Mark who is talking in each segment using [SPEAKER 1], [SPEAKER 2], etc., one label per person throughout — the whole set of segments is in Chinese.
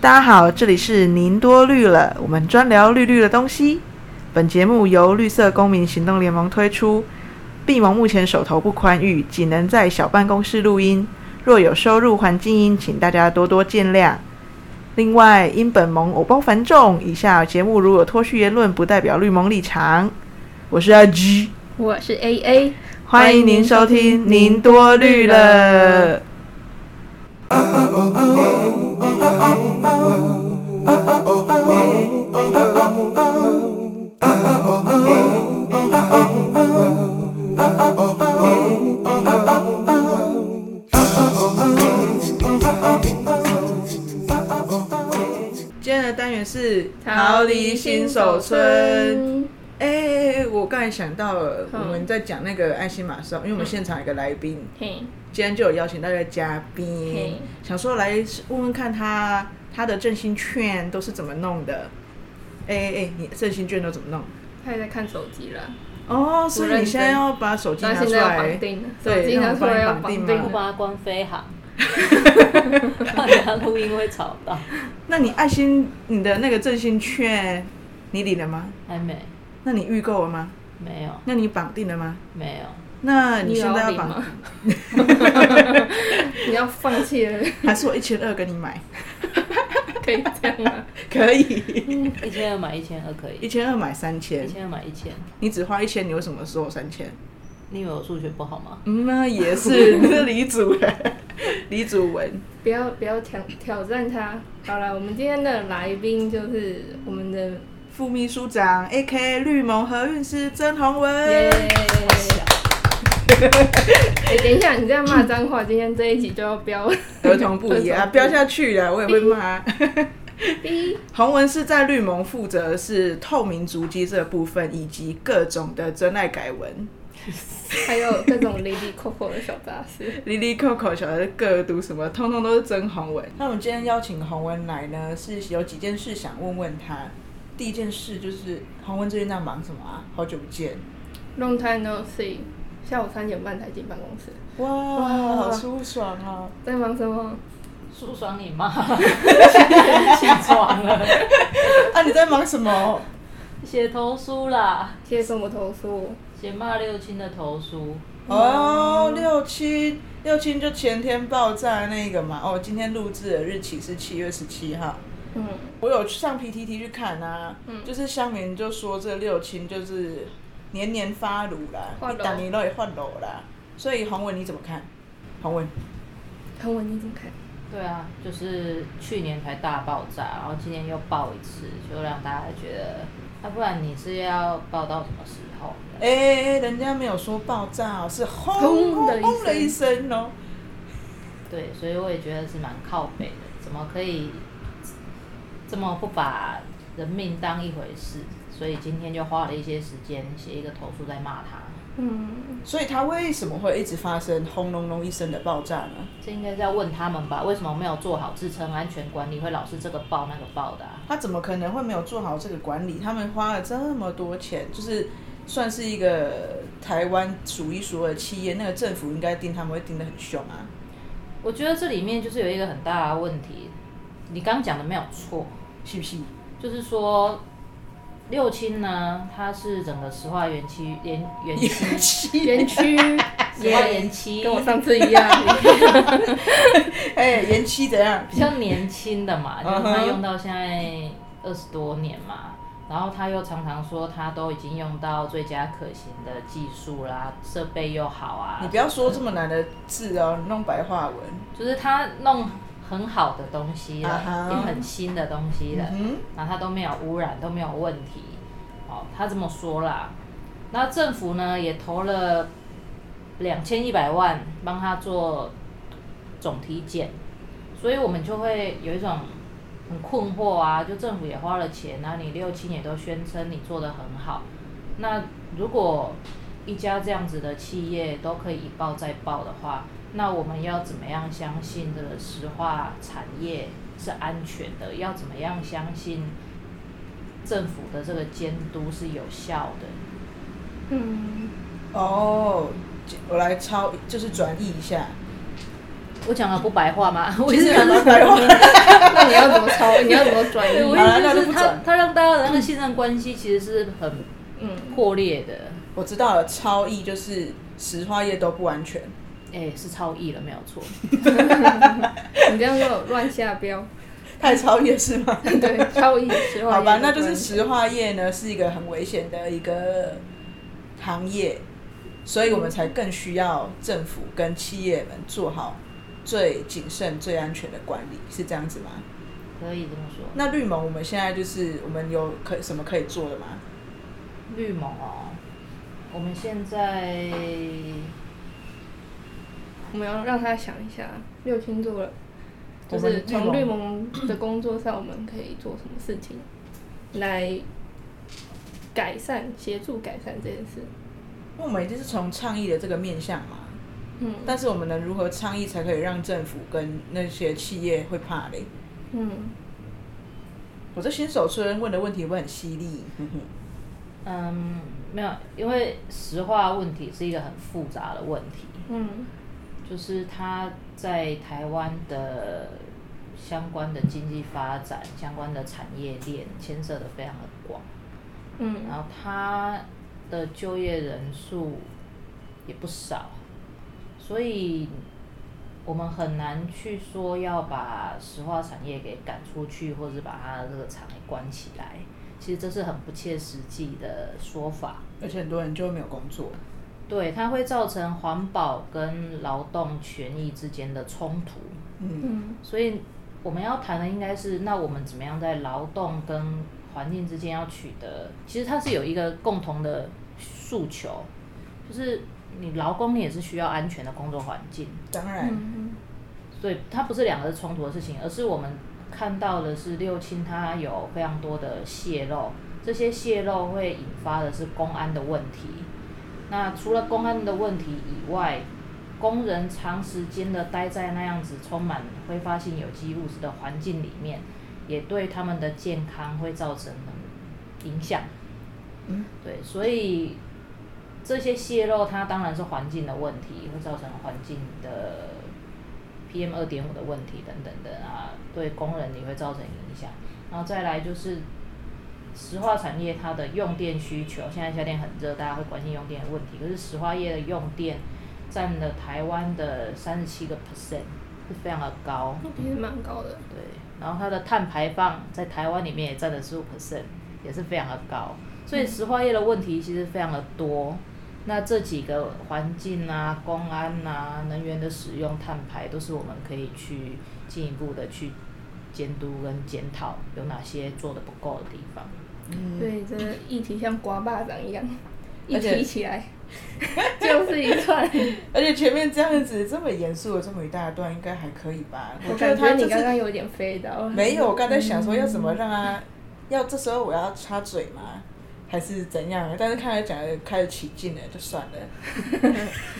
[SPEAKER 1] 大家好，这里是您多虑了，我们专聊绿绿的东西。本节目由绿色公民行动联盟推出。毕蒙目前手头不宽裕，仅能在小办公室录音。若有收入环境音，请大家多多见谅。另外，因本盟偶包繁重，以下节目如有脱序言论，不代表绿盟立场。我是阿 G，
[SPEAKER 2] 我是 A A，
[SPEAKER 1] 欢迎您收听。您多虑了。今天的单元是逃离新手村。。哎、我刚才想到了，
[SPEAKER 2] 嗯
[SPEAKER 1] 我们在讲那个爱心马送，因为我们现场有一个来宾，
[SPEAKER 2] 嘿，
[SPEAKER 1] 今天就有邀请到一个嘉宾
[SPEAKER 2] 嘿，
[SPEAKER 1] 想说来问问看他他的振兴券都是怎么弄的。哎哎哎，你振兴券都怎么弄？
[SPEAKER 2] 他也在看手机了，
[SPEAKER 1] 哦，所以你现在要把手机
[SPEAKER 2] 他
[SPEAKER 1] 拿
[SPEAKER 2] 现
[SPEAKER 1] 出
[SPEAKER 2] 在要
[SPEAKER 1] 来
[SPEAKER 2] 绑，定了，
[SPEAKER 1] 对
[SPEAKER 2] 手机拿出来要
[SPEAKER 1] 绑定嘛
[SPEAKER 2] 绑定
[SPEAKER 3] 我
[SPEAKER 2] 了。
[SPEAKER 3] 把它关飞行，怕等下录音会吵到。
[SPEAKER 1] 那你爱心你的那个振兴券，你领了吗？
[SPEAKER 3] 还没，
[SPEAKER 1] 那你预购了吗？
[SPEAKER 3] 没有，
[SPEAKER 1] 那你绑定了吗？
[SPEAKER 3] 没有，
[SPEAKER 1] 那你
[SPEAKER 2] 你
[SPEAKER 1] 现在要
[SPEAKER 2] 要领
[SPEAKER 1] 绑
[SPEAKER 2] 吗？ 你要放弃了，
[SPEAKER 1] 还是我一千二给你 买？
[SPEAKER 2] 可以这样吗？
[SPEAKER 1] 可以，
[SPEAKER 3] 一千二买一千二可
[SPEAKER 1] 一
[SPEAKER 3] 以，
[SPEAKER 1] 千二买三千
[SPEAKER 3] 一，千二买一千。
[SPEAKER 1] 你只花一千，你为什么说我三千？
[SPEAKER 3] 你以为我数学不好吗？
[SPEAKER 1] 嗯那也 是，那是李祖文， 李祖文，
[SPEAKER 2] 不要不要挑挑战他。好了，我们今天的来宾就是我们的
[SPEAKER 1] 副秘书长 A K 绿盟合运师曾宏文。
[SPEAKER 2] 耶。哎、等一下，你这样骂脏话，今天这一集就要标。
[SPEAKER 1] 儿童不宜啊，标下去了，我也会 骂。
[SPEAKER 2] 哔
[SPEAKER 1] 洪文是在绿盟负责是透明足迹这部分，以及各种的真爱改文。
[SPEAKER 2] 还有各种 Lady Coco 的小杂事。
[SPEAKER 1] l i l y Coco 小的各读什么，通通都是真洪文。那我们今天邀请洪文来呢，是有几件事想问问他。第一件事就是洪文最近在忙什么啊？好久不见，
[SPEAKER 2] Long time no see，下午三点半才进办公室，
[SPEAKER 1] 哇，好舒爽哦！
[SPEAKER 2] 在忙什么？
[SPEAKER 3] 舒爽你 妈，起床了，
[SPEAKER 1] 啊，你在忙什么？
[SPEAKER 3] 写投诉啦，
[SPEAKER 2] 接什么投诉？
[SPEAKER 3] 写骂六亲的投诉。
[SPEAKER 1] 哦，六七六七就前天爆炸那个嘛。哦，今天录制的日期是七月十七号。
[SPEAKER 2] 嗯，
[SPEAKER 1] 我有上 PTT 去看啊，
[SPEAKER 2] 嗯
[SPEAKER 1] 就是乡民就说这六亲就是年年发炉啦，
[SPEAKER 2] 发炉
[SPEAKER 1] 一打你都也换楼啦。所以洪文你怎么看？洪文，
[SPEAKER 2] 韩文你怎么看？
[SPEAKER 3] 对啊，就是去年才大爆炸，然后今年又爆一次，就让大家觉得，要、不然你是要爆到什么时候？
[SPEAKER 1] 哎、人家没有说爆炸哦，是轰
[SPEAKER 2] 轰的一声
[SPEAKER 1] 轰的一声哦。
[SPEAKER 3] 对，所以我也觉得是蛮靠北的，怎么可以这么不把人命当一回事？所以今天就花了一些时间写一个投诉在骂他，
[SPEAKER 2] 嗯，
[SPEAKER 1] 所以它为什么会一直发生轰隆隆一声的爆炸呢？
[SPEAKER 3] 这应该是要问他们吧，为什么没有做好自称安全管理，会老是这个报那个报的、啊？
[SPEAKER 1] 他怎么可能会没有做好这个管理？他们花了这么多钱，就是算是一个台湾数一数二的企业，那个政府应该盯他们会盯得很凶啊。
[SPEAKER 3] 我觉得这里面就是有一个很大的问题，你刚讲的没有错，
[SPEAKER 1] 是不是？
[SPEAKER 3] 就是说六亲呢，它是整个石化园区园园区
[SPEAKER 2] 园
[SPEAKER 1] 区，
[SPEAKER 2] 区
[SPEAKER 3] 石化园区
[SPEAKER 2] 跟我上次一样，
[SPEAKER 1] 哎，延期怎样？
[SPEAKER 3] 比较年轻的嘛，
[SPEAKER 1] 嗯
[SPEAKER 3] 就是
[SPEAKER 1] 哼
[SPEAKER 3] 他用到现在二十多年嘛，然后他又常常说他都已经用到最佳可行的技术啦，设备又好啊
[SPEAKER 1] 你，不要说这么难的字哦，你弄白话文。
[SPEAKER 3] 就是他弄很好的东西了，
[SPEAKER 1] 啊哈
[SPEAKER 3] 也很新的东西了，
[SPEAKER 1] 嗯，
[SPEAKER 3] 然后他都没有污染，都没有问题。哦，他这么说啦。那政府呢也投了两千一百万帮他做总体检，所以我们就会有一种很困惑啊，就政府也花了钱啊，你六亲也都宣称你做的很好，那如果一家这样子的企业都可以一报再报的话，那我们要怎么样相信这个石化产业是安全的？要怎么样相信政府的这个监督是有效的？
[SPEAKER 2] 嗯，
[SPEAKER 1] 哦，我来抄，就是转译一下。
[SPEAKER 3] 我讲的不白话吗？我
[SPEAKER 1] 其
[SPEAKER 3] 一
[SPEAKER 1] 实
[SPEAKER 3] 直
[SPEAKER 1] 还蛮白话，
[SPEAKER 2] 那你要怎么抄你要怎么转
[SPEAKER 3] 对，我
[SPEAKER 2] 移？
[SPEAKER 3] 意
[SPEAKER 1] 好了
[SPEAKER 3] 思
[SPEAKER 1] 那
[SPEAKER 3] 就
[SPEAKER 1] 就是不
[SPEAKER 3] 他
[SPEAKER 1] 转
[SPEAKER 3] 他让大家的那个信任关系其实是很
[SPEAKER 2] 嗯，
[SPEAKER 3] 破裂的，
[SPEAKER 1] 我知道了，超意就是石化业都不安全。
[SPEAKER 3] 哎、是超意了，没有错。
[SPEAKER 2] 你这样给我乱下标，
[SPEAKER 1] 太超越是 吗？
[SPEAKER 2] 对， 超意实话。
[SPEAKER 1] 好吧，那就是石化业呢是一个很危险的一个行业，所以我们才更需要政府跟企业们做好最谨慎、最安全的管理，是这样子吗？
[SPEAKER 3] 可以这么说。
[SPEAKER 1] 那绿盟我们现在就是我们有可什么可以做的吗？
[SPEAKER 3] 绿盟哦，我们现在
[SPEAKER 2] 我们要让他想一下六星座了，就
[SPEAKER 1] 我
[SPEAKER 2] 是
[SPEAKER 1] 们嗯
[SPEAKER 2] 从绿盟的工作上，我们可以做什么事情来改善、协助改善这件事？
[SPEAKER 1] 因为我们已经是从倡议的这个面向嘛，
[SPEAKER 2] 嗯
[SPEAKER 1] 但是我们能如何倡议才可以让政府跟那些企业会怕嘞？
[SPEAKER 2] 嗯，
[SPEAKER 1] 我这新手村问的问题会很犀利，哼哼
[SPEAKER 3] 嗯没有，因为石化问题是一个很复杂的问题，
[SPEAKER 2] 嗯
[SPEAKER 3] 就是它在台湾的相关的经济发展、相关的产业链牵涉的非常的广，
[SPEAKER 2] 嗯
[SPEAKER 3] 然后它的就业人数也不少，所以我们很难去说要把石化产业给赶出去，或者是把它的这个厂给关起来。其实这是很不切实际的说法，
[SPEAKER 1] 而且很多人就会没有工作。
[SPEAKER 3] 对它会造成环保跟劳动权益之间的冲突。
[SPEAKER 1] 嗯，
[SPEAKER 2] 嗯
[SPEAKER 3] 所以我们要谈的应该是，那我们怎么样在劳动跟环境之间要取得，其实它是有一个共同的诉求，就是你劳工你也是需要安全的工作环境，
[SPEAKER 1] 当然。
[SPEAKER 2] 嗯
[SPEAKER 3] 所以它不是两个是冲突的事情，而是我们看到的是六亲它有非常多的泄露，这些泄露会引发的是公安的问题。那除了公安的问题以外，工人长时间的待在那样子充满挥发性有机物质的环境里面，也对他们的健康会造成很影响。
[SPEAKER 1] 嗯，
[SPEAKER 3] 对，所以这些泄漏它当然是环境的问题，会造成环境的 PM 二点五的问题等等的啊，对工人也会造成影响。然后再来就是石化产业它的用电需求，现在夏天很热，大家会关心用电的问题。可是石化业的用电占了台湾的三十七个 percent，是非常的高。
[SPEAKER 2] 嗯，其实蛮高的。
[SPEAKER 3] 对，然后它的碳排放在台湾里面也占了十五 percent，也是非常的高。所以石化业的问题其实非常的多。那这几个环境啊、公安啊、能源的使用、碳排，都是我们可以去进一步的去监督跟检讨有哪些做的不够的地方。
[SPEAKER 1] 嗯
[SPEAKER 2] 所以这个议题像刮巴掌一样，一
[SPEAKER 1] 而且
[SPEAKER 2] 提起来就是一串。
[SPEAKER 1] 而且前面这样子这么严肃的这么一大段，应该还可以吧？
[SPEAKER 2] 我
[SPEAKER 1] 觉得他
[SPEAKER 2] 感觉
[SPEAKER 1] 就
[SPEAKER 2] 你刚刚
[SPEAKER 1] 是
[SPEAKER 2] 有点飞到。
[SPEAKER 1] 没有，我刚才想说要怎么让他，要这时候我要插嘴吗？还是怎样？但是看他讲的开始起劲了，就算了。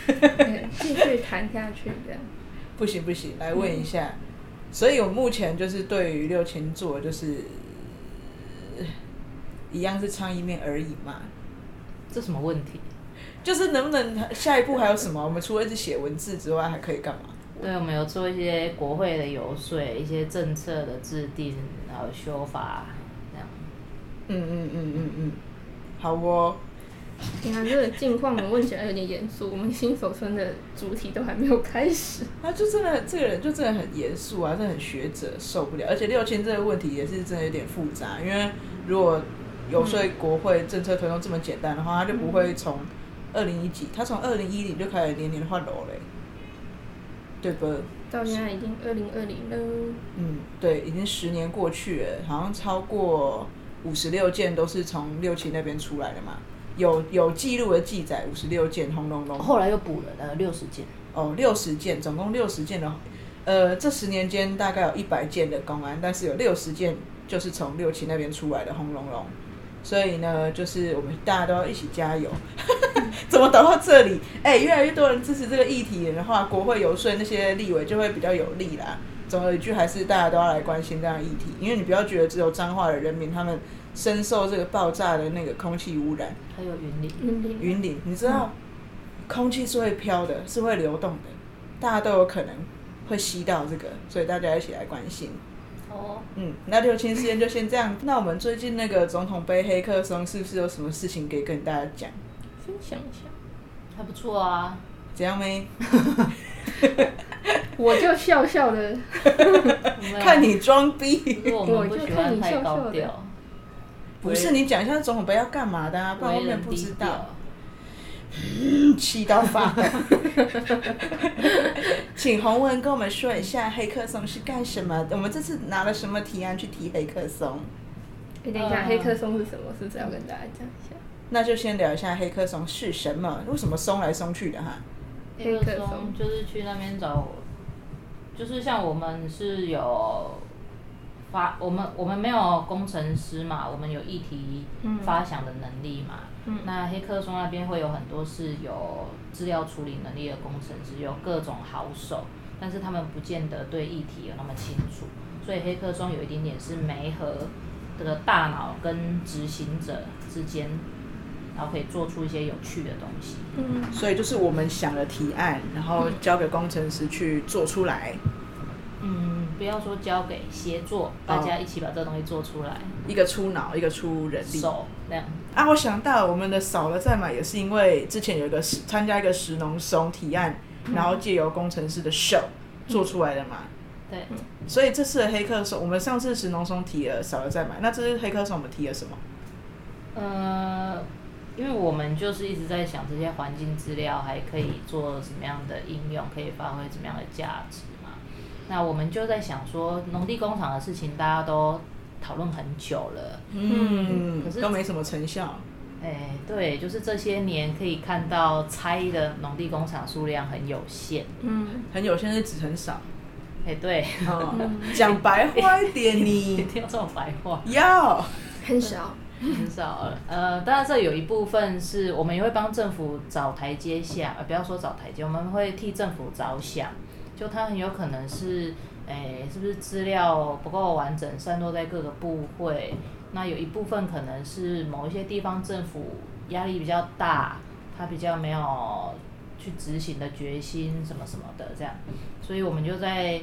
[SPEAKER 2] 对继续谈下去这样。
[SPEAKER 1] 不行不行，来问一下。所以我目前就是对于六千座就是呃一样是唱一面而已嘛。
[SPEAKER 3] 这什么问题？
[SPEAKER 1] 就是能不能下一步还有什么？我们除了一直写文字之外，还可以干嘛？
[SPEAKER 3] 对，我们有做一些国会的游说，一些政策的制定，还有修法，这样。
[SPEAKER 1] 嗯嗯嗯嗯嗯，好哦。
[SPEAKER 2] 你看这个近况，我问起来有点严肃。我们新手村的主题都还没有开始。
[SPEAKER 1] 他就真的这个人就真的很严肃啊，真的很学者，受不了。而且六千这个问题也是真的有点复杂，因为如果游说国会政策推动这么简单的话，他就不会从二零一几，他从二零一零就开始连连换楼嘞，对不？
[SPEAKER 2] 到现在已经二零二零了，
[SPEAKER 1] 嗯，对，已经十年过去了，好像超过五十六件都是从六七那边出来的嘛，有有记录的记载五十六件，轰隆隆。
[SPEAKER 3] 后来又补了呃六十件。
[SPEAKER 1] 哦，六十件，总共六十件的，呃，这十年间大概有一百件的公安，但是有六十件就是从六七那边出来的轰隆隆，所以呢，就是我们大家都要一起加油。 怎么导到这里？哎、越来越多人支持这个议题的话，国会游说那些立委就会比较有利啦。总而一句，还是大家都要来关心这样的议题，因为你不要觉得只有彰化的人民他们深受这个爆炸的那个空气污染，
[SPEAKER 3] 还有云林，
[SPEAKER 2] 云林
[SPEAKER 1] 云林，你知
[SPEAKER 3] 嗯
[SPEAKER 1] 道，空气是会飘的，是会流动的，大家都有可能会吸到这个，所以大家一起来关心。
[SPEAKER 3] 好
[SPEAKER 2] 哦，
[SPEAKER 1] 嗯，那六亲事件就先这样。那我们最近那个总统杯黑客松是不是有什么事情可以跟大家讲？
[SPEAKER 2] 分享一下，
[SPEAKER 3] 还不错啊。
[SPEAKER 1] 怎样没？
[SPEAKER 2] 我就笑笑的，
[SPEAKER 3] 没有
[SPEAKER 1] 看，你装逼！
[SPEAKER 3] 可是我们不喜
[SPEAKER 2] 我就看
[SPEAKER 3] 欢太高
[SPEAKER 2] 你笑
[SPEAKER 3] 调
[SPEAKER 2] 笑，
[SPEAKER 1] 不是你讲一下总统杯要干嘛的、啊，不然后
[SPEAKER 3] 为
[SPEAKER 1] 面
[SPEAKER 3] 人
[SPEAKER 1] 不
[SPEAKER 3] 低
[SPEAKER 1] 知道
[SPEAKER 3] 调。。
[SPEAKER 1] 气到 发抖。请洪文跟我们说一下黑客松是干什么的？我们这次拿了什么提案去提黑客松？
[SPEAKER 2] 哎等一下，
[SPEAKER 3] 嗯
[SPEAKER 2] 黑客松是什么？是不是要跟大家讲一下？
[SPEAKER 1] 那就先聊一下黑客松是什么？为什么松来松去的哈？
[SPEAKER 2] 黑
[SPEAKER 3] 黑客
[SPEAKER 2] 客
[SPEAKER 3] 松
[SPEAKER 2] 松
[SPEAKER 3] 就是去那边找，就是像我们是有发，我们我们没有工程师嘛，我们有议题
[SPEAKER 2] 嗯
[SPEAKER 3] 发想的能力嘛。
[SPEAKER 2] 嗯
[SPEAKER 3] 那黑客松那边会有很多是有资料处理能力的工程师，有各种好手，但是他们不见得对议题有那么清楚，所以黑客松有一点点是没和这个大脑跟执行者之间，然后可以做出一些有趣的东西。
[SPEAKER 2] 嗯，
[SPEAKER 1] 所以就是我们想了提案，然后交给工程师去做出来。
[SPEAKER 3] 嗯，不要说交给协作，大家一起把这东西做出来，
[SPEAKER 1] 一个出脑，一个出人力。
[SPEAKER 3] 手那样。
[SPEAKER 1] 啊，我想到我们的少了再买，也是因为之前有一个实参加一个石农松提案，然后借由工程师的手
[SPEAKER 3] 嗯
[SPEAKER 1] 做出来的嘛。
[SPEAKER 3] 对，
[SPEAKER 1] 所以这次的黑客松，我们上次石农松提了少了再买，那这次黑客松我们提了什么？
[SPEAKER 3] 呃，因为我们就是一直在想这些环境资料还可以做什么样的应用，可以发挥怎么样的价值嘛。那我们就在想说，农地工厂的事情大家都讨论很久了，
[SPEAKER 1] 嗯
[SPEAKER 3] 可是
[SPEAKER 1] 都没什么成效。
[SPEAKER 3] 哎，对，就是这些年可以看到拆的农地工厂数量很有限，
[SPEAKER 2] 嗯，
[SPEAKER 1] 很有限是指很少，
[SPEAKER 3] 哎，对，
[SPEAKER 1] 哦讲、白话一点
[SPEAKER 3] 一
[SPEAKER 1] 你，
[SPEAKER 3] 定要这种白话。
[SPEAKER 1] 要
[SPEAKER 2] 很少，
[SPEAKER 3] 很少了。呃，当然这有一部分是我们也会帮政府找台阶下，呃，不要说找台阶，我们会替政府着想。就它很有可能是，诶、是不是资料不够完整，散落在各个部会？那有一部分可能是某一些地方政府压力比较大，它比较没有去执行的决心，什么什么的这样。所以我们就在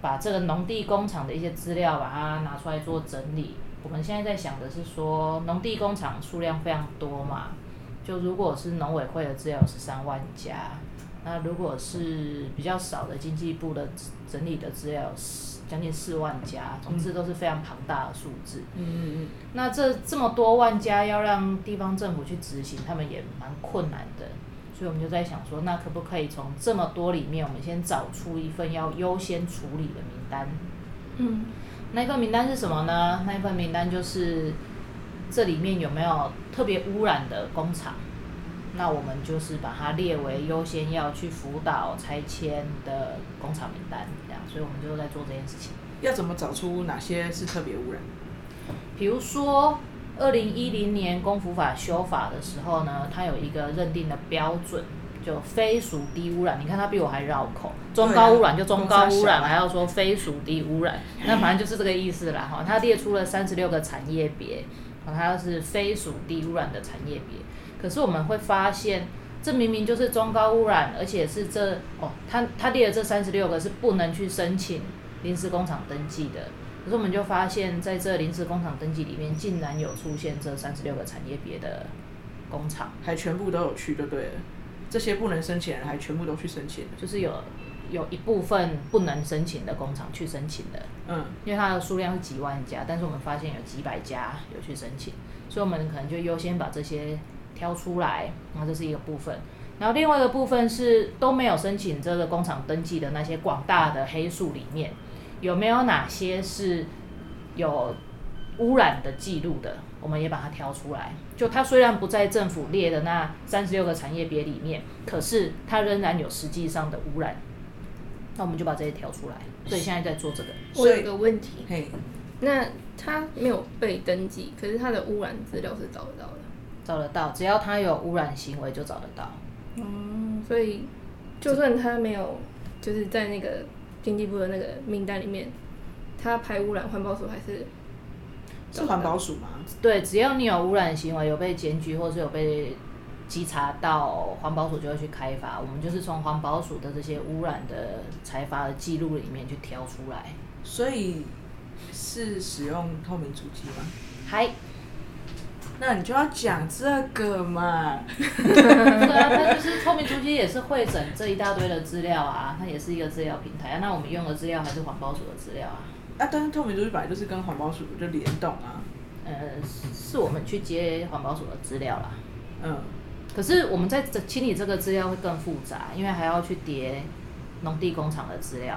[SPEAKER 3] 把这个农地工厂的一些资料把它拿出来做整理。我们现在在想的是说，农地工厂数量非常多嘛，就如果是农委会的资料十三万家，那如果是比较少的经济部的整理的资料有10将近四万家，总之都是非常庞大的数字。
[SPEAKER 1] 嗯嗯
[SPEAKER 3] 那这这么多万家要让地方政府去执行，他们也蛮困难的，所以我们就在想说，那可不可以从这么多里面，我们先找出一份要优先处理的名单？
[SPEAKER 2] 嗯
[SPEAKER 3] 那一份名单是什么呢？那一份名单就是这里面有没有特别污染的工厂，那我们就是把它列为优先要去辅导拆迁的工厂名单，这样，所以我们就在做这件事情。
[SPEAKER 1] 嗯，要怎么找出哪些是特别污染？
[SPEAKER 3] 比如说，二零一零年公服法修法的时候呢，它有一个认定的标准，就非属低污染。你看它比我还绕口，中高污染就中高污染，
[SPEAKER 1] 对啊
[SPEAKER 3] 还要说非属低污染，那反正就是这个意思啦。哈，它列出了三十六个产业别，哦它是非属低污染的产业别。可是我们会发现，这明明就是中高污染，而且是这哦，他他列的这三十六个是不能去申请临时工厂登记的。可是我们就发现，在这临时工厂登记里面，竟然有出现这三十六个产业别的工厂，
[SPEAKER 1] 还全部都有去就对了。这些不能申请的人还全部都去申请了。
[SPEAKER 3] 就是有有一部分不能申请的工厂去申请的。
[SPEAKER 1] 嗯，
[SPEAKER 3] 因为它的数量是几万家，但是我们发现有几百家有去申请，所以我们可能就优先把这呃些挑出来，然后这是一个部分。然后另外一个部分是都没有申请这个工厂登记的那些广大的黑数里面，有没有哪些是有污染的记录的，我们也把它挑出来。就它虽然不在政府列的那三十六个产业别里面，可是它仍然有实际上的污染，那我们就把这些挑出来。所以现在在做这个。
[SPEAKER 2] 我
[SPEAKER 1] 所
[SPEAKER 2] 有
[SPEAKER 1] 以
[SPEAKER 2] 个问题，
[SPEAKER 1] 嘿，
[SPEAKER 2] 那它没有被登记，可是它的污染资料是找得到的，
[SPEAKER 3] 找得到，只要他有污染行为就找得到。
[SPEAKER 2] 嗯，所以就算它没有，就是在那个经济部的那个名单里面，它排污染环保署还是
[SPEAKER 1] 是环保署吗？
[SPEAKER 3] 对，只要你有污染行为，有被检举或是有被稽查到，环保署就会去开发。我们就是从环保署的这些污染的裁罚的记录里面去挑出来。
[SPEAKER 1] 所以是使用透明主机吗？
[SPEAKER 3] 还
[SPEAKER 1] 那你就要讲这个嘛。
[SPEAKER 3] 对啊，它就是透明主机也是会整这一大堆的资料啊，它也是一个资料平台、啊。那我们用的资料还是环保署的资料啊，
[SPEAKER 1] 啊，但是透明主机本来就是跟环保署就联动啊。
[SPEAKER 3] 呃，是我们去接环保署的资料啦。
[SPEAKER 1] 嗯，
[SPEAKER 3] 可是我们在这清理这个资料会更复杂，因为还要去叠农地工厂的资料。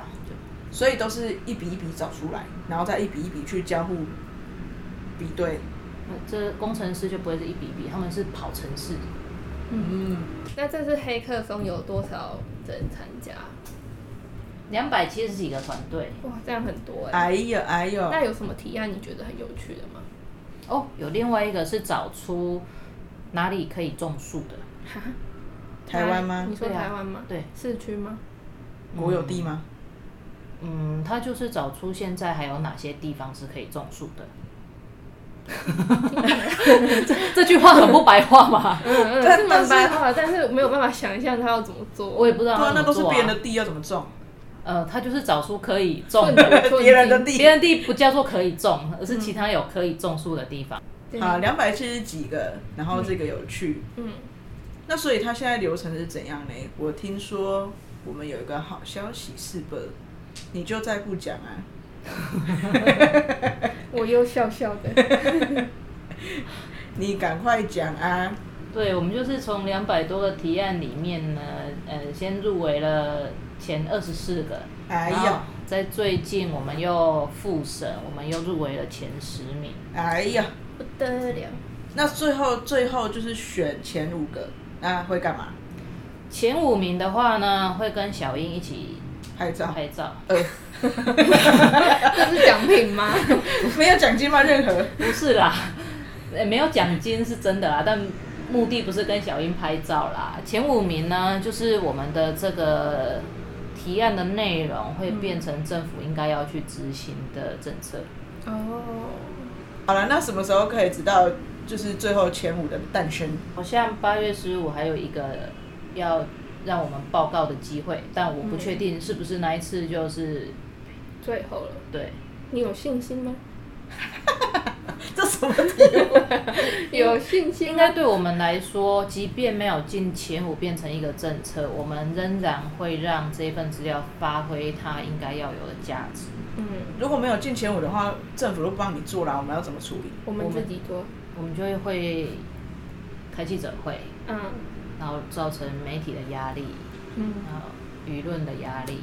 [SPEAKER 1] 所以都是一笔一笔找出来，然后再一笔一笔去交互比对。
[SPEAKER 3] 呃这工程师就不会是一笔一笔，他们是跑城市。
[SPEAKER 1] 嗯，
[SPEAKER 2] 那这次黑客松有多少人参加？
[SPEAKER 3] 两百七十几个团队
[SPEAKER 2] 哇，这样很多哎、
[SPEAKER 1] 哎呀哎呀，
[SPEAKER 2] 那有什么提案你觉得很有趣的吗？
[SPEAKER 3] 哦，有另外一个是找出哪里可以种树的，
[SPEAKER 2] 哈，
[SPEAKER 1] 台湾吗
[SPEAKER 2] 你说
[SPEAKER 3] 对啊
[SPEAKER 2] 台湾吗？
[SPEAKER 3] 对，
[SPEAKER 2] 市区吗？
[SPEAKER 1] 国有地吗？
[SPEAKER 3] 嗯，他就是找出现在还有哪些地方是可以种树的。 这这句话很不白话嘛，
[SPEAKER 2] 嗯嗯，
[SPEAKER 1] 但
[SPEAKER 2] 是蛮白话的，但是没有办法想象他要怎么做。
[SPEAKER 3] 我也不知道
[SPEAKER 1] 对啊，
[SPEAKER 3] 他
[SPEAKER 1] 那
[SPEAKER 3] 怎
[SPEAKER 1] 都
[SPEAKER 3] 么
[SPEAKER 1] 是
[SPEAKER 3] 做啊
[SPEAKER 1] 别人的地，要怎么种？
[SPEAKER 3] 呃，他就是找出可以种
[SPEAKER 2] 顺
[SPEAKER 3] 的，
[SPEAKER 2] 着
[SPEAKER 1] 别人的地
[SPEAKER 3] 别人地不叫做可以种，而是其他有可以种树的地方。
[SPEAKER 2] 对
[SPEAKER 1] 啊，两百七十几个，然后这个有趣。
[SPEAKER 2] 嗯，
[SPEAKER 1] 那所以它现在流程是怎样呢？我听说我们有一个好消息是不？你就再不讲啊！
[SPEAKER 2] 我又笑笑的。
[SPEAKER 1] 你赶快讲啊！
[SPEAKER 3] 对，我们就是从两百多个提案里面呢，呃，先入围了前二十四个，
[SPEAKER 1] 哎
[SPEAKER 3] 然后
[SPEAKER 1] 呀，
[SPEAKER 3] 在最近我们又复审，我们又入围了前十名。
[SPEAKER 1] 哎呀，
[SPEAKER 2] 不得了，
[SPEAKER 1] 那最后最后就是选前五个，那会干嘛？
[SPEAKER 3] 前五名的话呢，会跟小英一起
[SPEAKER 1] 拍照？
[SPEAKER 3] 拍照，
[SPEAKER 1] 呃，
[SPEAKER 2] 这是奖品吗？
[SPEAKER 1] 没有奖金吗？任何？
[SPEAKER 3] 不是啦， 呃没有奖金是真的啦，但目的不是跟小英拍照啦。前五名呢，就是我们的这个提案的内容会变成政府应该要去执行的政策。
[SPEAKER 2] 哦，
[SPEAKER 1] 好了，那什么时候可以知道就是最后前五的诞生？
[SPEAKER 3] 好像八月十五还有一个要让我们报告的机会，但我不确定是不是那一次就是
[SPEAKER 2] 最后了，
[SPEAKER 3] 对。
[SPEAKER 2] 你有信心吗？
[SPEAKER 1] 这什么题？
[SPEAKER 2] 有信心
[SPEAKER 3] 应
[SPEAKER 2] 吗
[SPEAKER 3] 该对我们来说，即便没有进前五变成一个政策，我们仍然会让这份资料发挥它应该要有的价值。
[SPEAKER 2] 嗯，
[SPEAKER 1] 如果没有进前五的话，政府都不帮你做啦，我们要怎么处理？
[SPEAKER 2] 我们自己做。
[SPEAKER 3] 我们就会会开记者会，
[SPEAKER 2] 嗯
[SPEAKER 3] 然后造成媒体的压力，
[SPEAKER 2] 嗯
[SPEAKER 3] 然后舆论的压力。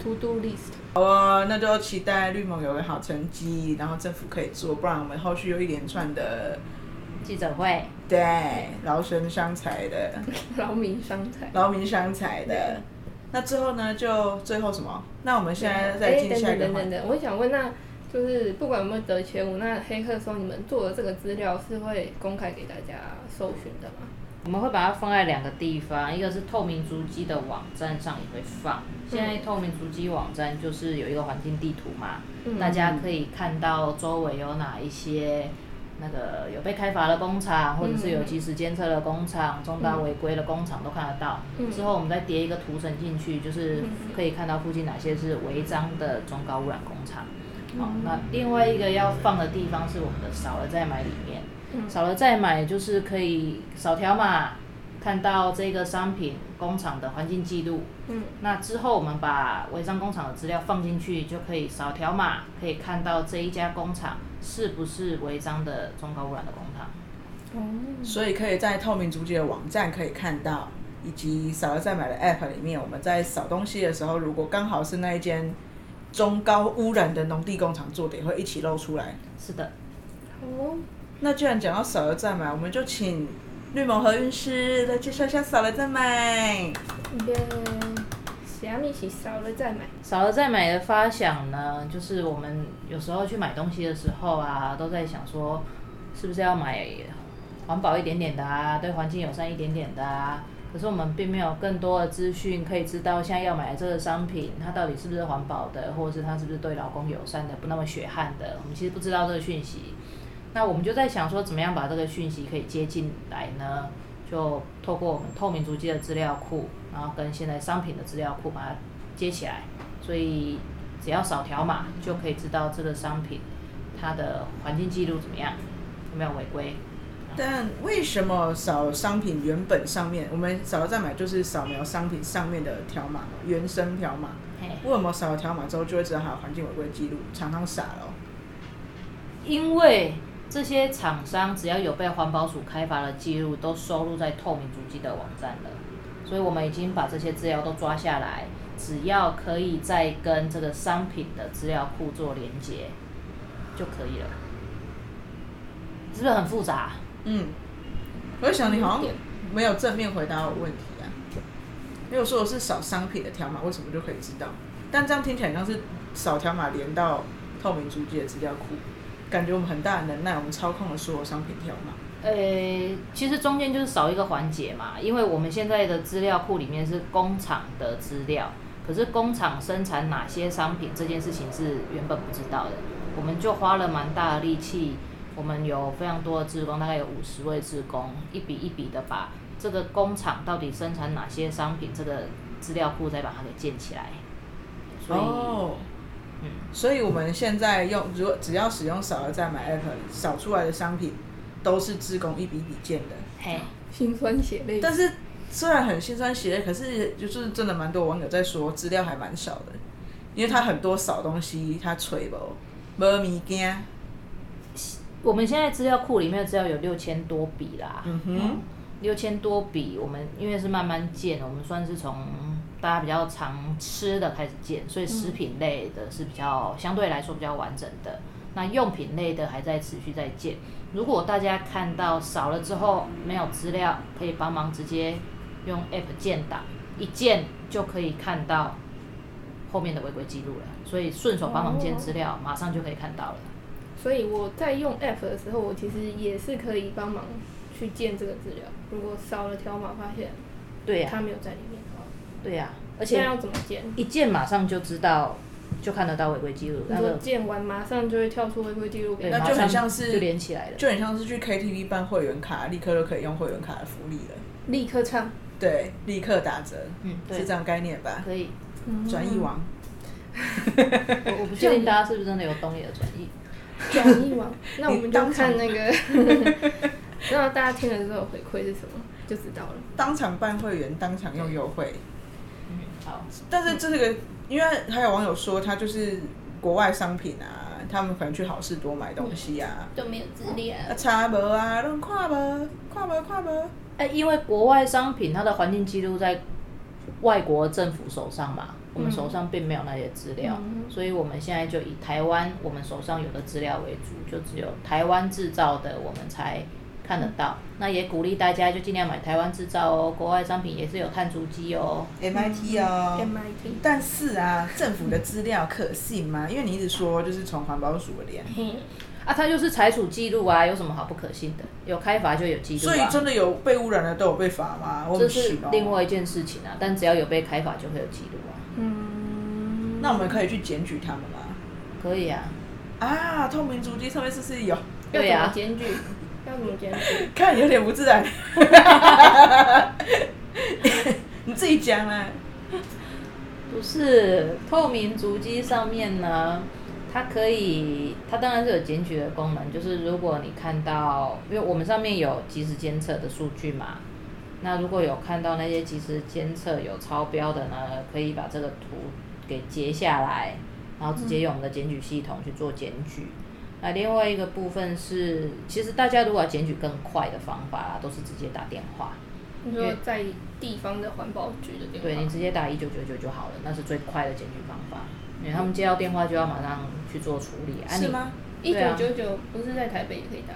[SPEAKER 2] ，To Do List。
[SPEAKER 1] 好哦，那就期待绿盟有个好成绩，然后政府可以做，不然我们后续有一连串的
[SPEAKER 3] 记者会，
[SPEAKER 1] 对劳神伤财的、
[SPEAKER 2] 劳民伤财。
[SPEAKER 1] 劳民伤财的。那最后呢，就最后什么？那我们现在再进下
[SPEAKER 2] 哎
[SPEAKER 1] 一个
[SPEAKER 2] 等等
[SPEAKER 1] 环
[SPEAKER 2] 等
[SPEAKER 1] 节。
[SPEAKER 2] 等，我想问，那就是不管有没有得前五，那黑客松你们做的这个资料是会公开给大家搜寻的吗？
[SPEAKER 3] 我们会把它放在两个地方，一个是透明足迹的网站上也会放。现在透明足迹网站就是有一个环境地图嘛，
[SPEAKER 2] 嗯
[SPEAKER 3] 大家可以看到周围有哪一些那个有被开发的工厂，或者是有及时监测的工厂、重大违规的工厂都看得到。
[SPEAKER 2] 嗯
[SPEAKER 3] 之后我们再叠一个图层进去，就是可以看到附近哪些是违章的中高污染工厂。好，
[SPEAKER 2] 嗯
[SPEAKER 3] 那另外一个要放的地方是我们的少了再买里面，
[SPEAKER 2] 嗯
[SPEAKER 3] 少了再买就是可以扫条码看到这个商品工厂的环境记录。
[SPEAKER 2] 嗯
[SPEAKER 3] 那之后，我们把违章工厂的资料放进去，就可以扫条码，可以看到这一家工厂是不是违章的中高污染的工厂。
[SPEAKER 2] 哦，
[SPEAKER 1] 所以可以在透明足迹的网站可以看到，以及扫了再买的 App 里面，我们在扫东西的时候，如果刚好是那一间中高污染的农地工厂做的，也会一起露出来。
[SPEAKER 3] 是的，
[SPEAKER 2] 好哦，
[SPEAKER 1] 那既然讲到扫了再买，我们就请绿盟和运师来介绍一下扫了再买。
[SPEAKER 2] 耶，虾米洗烧了再买。
[SPEAKER 3] 扫了再买的发想呢，就是我们有时候去买东西的时候啊，都在想说，是不是要买环保一点点的啊，对环境友善一点点的啊。可是我们并没有更多的资讯可以知道，现在要买的这个商品，它到底是不是环保的，或者是它是不是对劳工友善的，不那么血汗的，我们其实不知道这个讯息。那我们就在想说，怎么样把这个讯息可以接进来呢？就透过我们透明足迹的资料库，然后跟现在商品的资料库把它接起来。所以只要扫条码就可以知道这个商品它的环境记录怎么样，有没有违规。
[SPEAKER 1] 但为什么扫商品原本上面，我们扫了再买就是扫描商品上面的条码，原生条码？
[SPEAKER 3] 嘿
[SPEAKER 1] 为什么扫了条码之后就会知道它有环境违规记录？常常傻了、
[SPEAKER 3] 因为这些厂商只要有被环保署开罚的记录，都收录在透明足迹的网站了，所以我们已经把这些资料都抓下来，只要可以再跟这个商品的资料库做连接就可以了，是不是很复杂？啊
[SPEAKER 1] 嗯，我就想你
[SPEAKER 2] 嗯
[SPEAKER 1] 好像没有正面回答我问题啊。因为我说我是扫商品的条码，为什么就可以知道？但这样听起来很像是扫条码连到透明足迹的资料库，感觉我们很大的能耐，我们操控了所有商品条码。
[SPEAKER 3] 呃，其实中间就是少一个环节嘛，因为我们现在的资料库里面是工厂的资料，可是工厂生产哪些商品这件事情是原本不知道的，我们就花了蛮大的力气，我们有非常多的职工，大概有五十位职工，一笔一笔的把这个工厂到底生产哪些商品这个资料库再把它给建起来，所以、
[SPEAKER 1] 哦，
[SPEAKER 3] 嗯，
[SPEAKER 1] 所以我们现在用，如果只要使用扫了再买 app 扫出来的商品，都是自工一笔一笔建的。
[SPEAKER 3] 嘿。
[SPEAKER 2] 心酸血泪。
[SPEAKER 1] 但是虽然很心酸血泪，可是就是真的蛮多网友在说资料还蛮少的，因为他很多少东西他吹不，没物件。
[SPEAKER 3] 我们现在资料库里面的资料有六千多笔啦，
[SPEAKER 1] 嗯哼，
[SPEAKER 3] 六千多笔，我们因为是慢慢建，我们算是从大家比较常吃的开始建，所以食品类的是比较相对来说比较完整的。那用品类的还在持续在建。如果大家看到少了之后没有资料，可以帮忙直接用 App 建档，一键就可以看到后面的违规记录了。所以顺手帮忙建资料，马上就可以看到了。
[SPEAKER 2] 所以我在用 App 的时候，我其实也是可以帮忙去建这个资料。如果少了条码，发现
[SPEAKER 3] 对
[SPEAKER 1] 啊
[SPEAKER 2] 它没有在里面的话，
[SPEAKER 3] 对呀、而
[SPEAKER 2] 现在
[SPEAKER 3] 且
[SPEAKER 2] 要怎么建？
[SPEAKER 3] 一键马上就知道，就看得到违规记录，
[SPEAKER 2] 你
[SPEAKER 3] 那
[SPEAKER 2] 说
[SPEAKER 3] 个
[SPEAKER 2] 建完马上就会跳出回归记录给
[SPEAKER 3] 对，
[SPEAKER 2] 你
[SPEAKER 1] 那
[SPEAKER 3] 马
[SPEAKER 1] 就很
[SPEAKER 3] 上
[SPEAKER 1] 像是
[SPEAKER 3] 就连起来了。
[SPEAKER 1] 就很像是去 KTV 办会员卡，立刻就可以用会员卡的福利了。
[SPEAKER 2] 立刻唱，
[SPEAKER 1] 对，立刻打折，
[SPEAKER 3] 嗯，
[SPEAKER 1] 是
[SPEAKER 3] 对，
[SPEAKER 1] 这样概念吧？
[SPEAKER 3] 可以。
[SPEAKER 1] 转译王，
[SPEAKER 3] 我我不确定大家是不是真的有懂你的转译。
[SPEAKER 2] 转译网。那我们
[SPEAKER 1] 你
[SPEAKER 2] 就
[SPEAKER 1] 当场
[SPEAKER 2] 看那个， 那大家听了之后回馈是什么，就知道了。
[SPEAKER 1] 当场办会员，当场用优惠。
[SPEAKER 3] 嗯，好，
[SPEAKER 1] 但是这个，因为还有网友说他就是国外商品啊，他们可能去好事多买东西啊，
[SPEAKER 2] 就没有资料
[SPEAKER 3] 嗯
[SPEAKER 1] 啊差无啊，拢看无，看无看无。
[SPEAKER 3] 哎，因为国外商品它的环境记录在外国政府手上嘛，我们手上并没有那些资料，
[SPEAKER 2] 嗯
[SPEAKER 3] 所以我们现在就以台湾我们手上有的资料为主，就只有台湾制造的我们才看得到。那也鼓励大家就尽量买台湾制造哦，国外商品也是有碳足迹哦。
[SPEAKER 1] MIT 哦。
[SPEAKER 2] MIT。
[SPEAKER 1] 但是啊，政府的资料可信吗？因为你一直说就是从环保署的连，
[SPEAKER 2] 嘿
[SPEAKER 3] 啊，它就是裁处记录啊，有什么好不可信的？有开罚就有记录、啊，
[SPEAKER 1] 所以真的有被污染的都有被罚吗？我哦
[SPEAKER 3] 这
[SPEAKER 1] 们
[SPEAKER 3] 是另外一件事情啊。但只要有被开罚，就会有记录啊，
[SPEAKER 2] 嗯，
[SPEAKER 1] 那我们可以去检举他们吗？
[SPEAKER 3] 可以啊。
[SPEAKER 1] 啊，透明足迹上面是不是有？
[SPEAKER 2] 要
[SPEAKER 3] 对
[SPEAKER 2] 怎么
[SPEAKER 3] 啊，
[SPEAKER 2] 检举？ 要怎么检举？
[SPEAKER 1] 看有点不自然。 你自己讲啊。
[SPEAKER 3] 不是透明足迹上面呢，它可以，它当然是有检举的功能，就是如果你看到，因为我们上面有即时监测的数据嘛，那如果有看到那些即时监测有超标的呢，可以把这个图给截下来，然后直接用我们的检举系统去做检举。那另外一个部分是，其实大家如果要检举更快的方法啦，都是直接打电话。
[SPEAKER 2] 你说在地方的环保局的电
[SPEAKER 3] 对
[SPEAKER 2] 话
[SPEAKER 3] 你，直接打一九九九就好了，那是最快的检举方法。因为他们接到电话就要马上去做处理，啊，
[SPEAKER 1] 是
[SPEAKER 3] 你
[SPEAKER 1] 吗？
[SPEAKER 2] 一
[SPEAKER 3] 对
[SPEAKER 2] 九
[SPEAKER 3] 啊
[SPEAKER 2] 九九不是在台北也可以打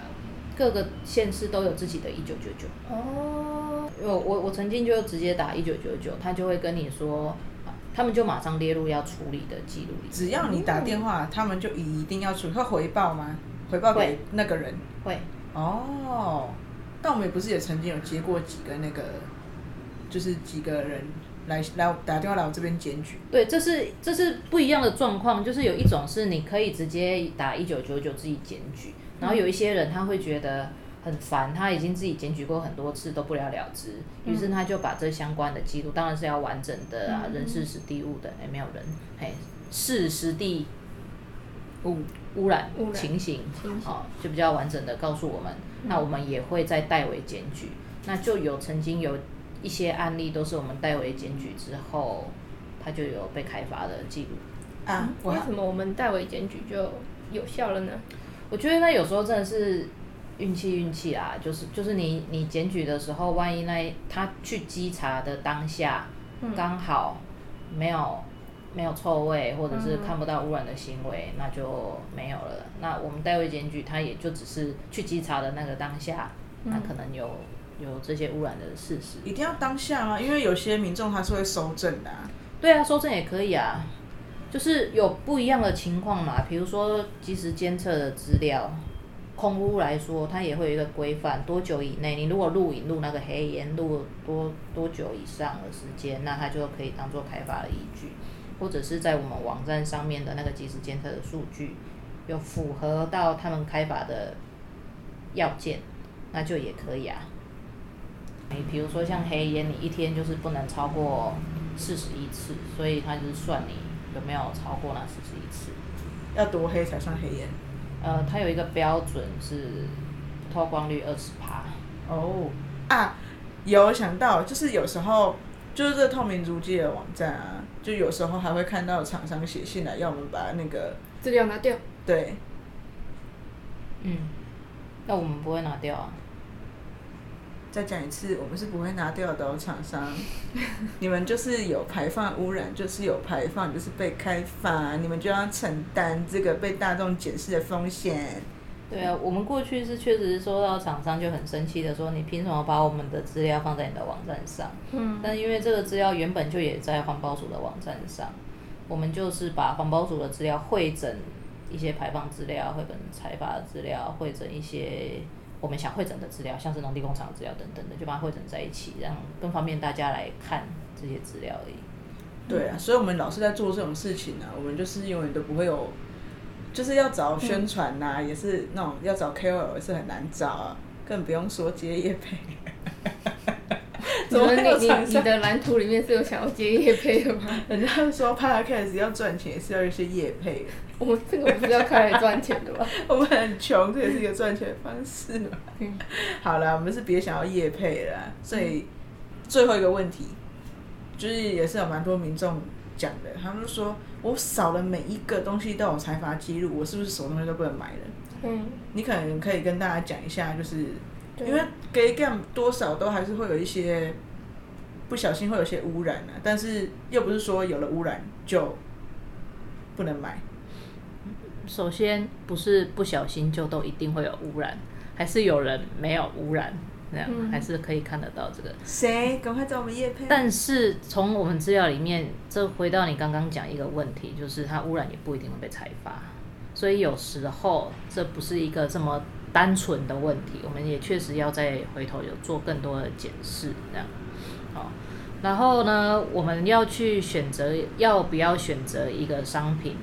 [SPEAKER 3] 各个县市都有自己的一九九九。
[SPEAKER 2] 哦。
[SPEAKER 3] 因为我我我曾经就直接打一九九九，他就会跟你说，啊他们就马上列入要处理的记录里。
[SPEAKER 1] 只要你打电话，他们就一定要出，会回报吗？回报给
[SPEAKER 3] 会
[SPEAKER 1] 那个人。
[SPEAKER 3] 会，
[SPEAKER 1] 哦，但我们也不是也曾经有接过几个那个，就是几个人来来打电话来我这边检举，
[SPEAKER 3] 对，这是这是不一样的状况，就是有一种是你可以直接打一九九九自己检举，然后
[SPEAKER 2] 嗯
[SPEAKER 3] 有一些人他会觉得很烦，他已经自己检举过很多次都不了了之，于
[SPEAKER 2] 嗯嗯
[SPEAKER 3] 是他就把这相关的记录，当然是要完整的啊，人事史地物的，哎，没有人，嘿，事实地
[SPEAKER 1] 五
[SPEAKER 3] 污染
[SPEAKER 2] 污染
[SPEAKER 3] 情形，
[SPEAKER 2] 情形
[SPEAKER 3] 哦，就比较完整的告诉我们。那我们也会再代为检举，那就有曾经有一些案例都是我们代为检举之后，他就有被开罚的记录。
[SPEAKER 1] 啊，我
[SPEAKER 2] 为什么我们代为检举就有效了呢？
[SPEAKER 3] 我觉得那有时候真的是运气运气啦，就是就是你你检举的时候，万一那一他去稽查的当下，
[SPEAKER 2] 嗯
[SPEAKER 3] 刚好没有没有臭味，或者是看不到污染的行为，那就没有了。那我们代位检举，他也就只是去稽查的那个当下，
[SPEAKER 2] 嗯
[SPEAKER 3] 那可能有有这些污染的事实。
[SPEAKER 1] 一定要当下吗？因为有些民众他是会收证的、啊，
[SPEAKER 3] 对啊，收证也可以啊，就是有不一样的情况嘛，比如说即时监测的资料，空污来说，它也会有一个规范，多久以内，你如果录影录那个黑烟录多多久以上的时间，那它就可以当做开发的依据，或者是在我们网站上面的那个即时监测的数据，有符合到他们开发的要件，那就也可以啊。你比如说像黑烟，你一天就是不能超过四十一次，所以它就是算你有没有超过那四十一次。
[SPEAKER 1] 要多黑才算黑烟
[SPEAKER 3] 呃，它有一个标准是透光率二十趴。
[SPEAKER 1] 哦啊，有想到就是有时候就是这透明足迹的网站啊，就有时候还会看到厂商写信来要我们把那个
[SPEAKER 2] 资料拿掉，
[SPEAKER 1] 对
[SPEAKER 3] 嗯，那我们不会拿掉啊。
[SPEAKER 1] 再讲一次，我们是不会拿掉的、哦，厂商。 你们就是有排放污染，就是有排放，就是被开发，你们就要承担这个被大众检视的风险。
[SPEAKER 3] 对啊，我们过去是确实是收到厂商就很生气的说，你凭什么把我们的资料放在你的网站上？
[SPEAKER 2] 嗯，
[SPEAKER 3] 但因为这个资料原本就也在环保署的网站上，我们就是把环保署的资料汇整一些排放资料、汇整采伐的资料、汇整一些我们想汇整的资料，像是农地工厂的资料等等的，就把它汇整在一起，让更方便大家来看这些资料而已。
[SPEAKER 1] 对
[SPEAKER 2] 嗯
[SPEAKER 1] 啊，所以我们老是在做这种事情啊，我们就是永远都不会有，就是要找宣传呐、
[SPEAKER 2] 嗯
[SPEAKER 1] 也是那种要找 KOL 也是很难找啊，更不用说接业配。怎
[SPEAKER 2] 怎
[SPEAKER 1] 么
[SPEAKER 2] 么
[SPEAKER 1] 会
[SPEAKER 2] 你
[SPEAKER 1] 有
[SPEAKER 2] 你
[SPEAKER 1] 厂
[SPEAKER 2] 你
[SPEAKER 1] 商？
[SPEAKER 2] 的蓝图里面是有想要接业配的 吗？
[SPEAKER 1] 人家说 Podcast 要赚钱，也是要一些业配。
[SPEAKER 2] 我们这个不是要开来赚钱的吧？
[SPEAKER 1] 我们很穷，这也是一个赚钱的方式嘛。好啦，我们是别想要业配了啦。所以、最后一个问题，就是也是有蛮多民众讲的，他们说我少了每一个东西都有财阀记录，我是不是什么东西都不能买了？
[SPEAKER 2] 嗯，
[SPEAKER 1] 你可能可以跟大家讲一下，就是
[SPEAKER 2] 对
[SPEAKER 1] 因为 gay gam 多少都还是会有一些不小心会有一些污染啊，但是又不是说有了污染就不能买。
[SPEAKER 3] 首先，不是不小心就都一定会有污染，还是有人没有污染，那样、
[SPEAKER 2] 嗯
[SPEAKER 3] 还是可以看得到这个。
[SPEAKER 1] 谁？赶快找我们叶配。
[SPEAKER 3] 但是从我们资料里面，这回到你刚刚讲一个问题，就是它污染也不一定会被采伐，所以有时候这不是一个这么单纯的问题，我们也确实要再回头有做更多的检视，这样，好。然后呢，我们要去选择要不要选择一个商品，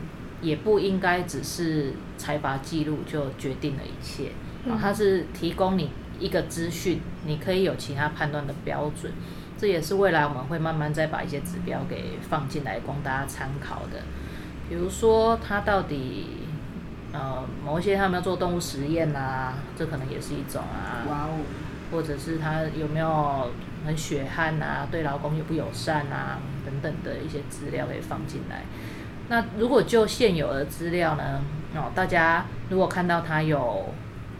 [SPEAKER 3] 也不应该只是财阀记录就决定了一切。啊，它是提供你一个资讯，你可以有其他判断的标准。这也是未来我们会慢慢再把一些指标给放进来，供大家参考的。比如说，它到底呃某一些他们要做动物实验啊，这可能也是一种啊。
[SPEAKER 1] 哇哦，
[SPEAKER 3] 或者是他有没有很血汗啊，对劳工友不友善啊等等的一些资料可以放进来。那如果就现有的资料呢，哦，大家如果看到它有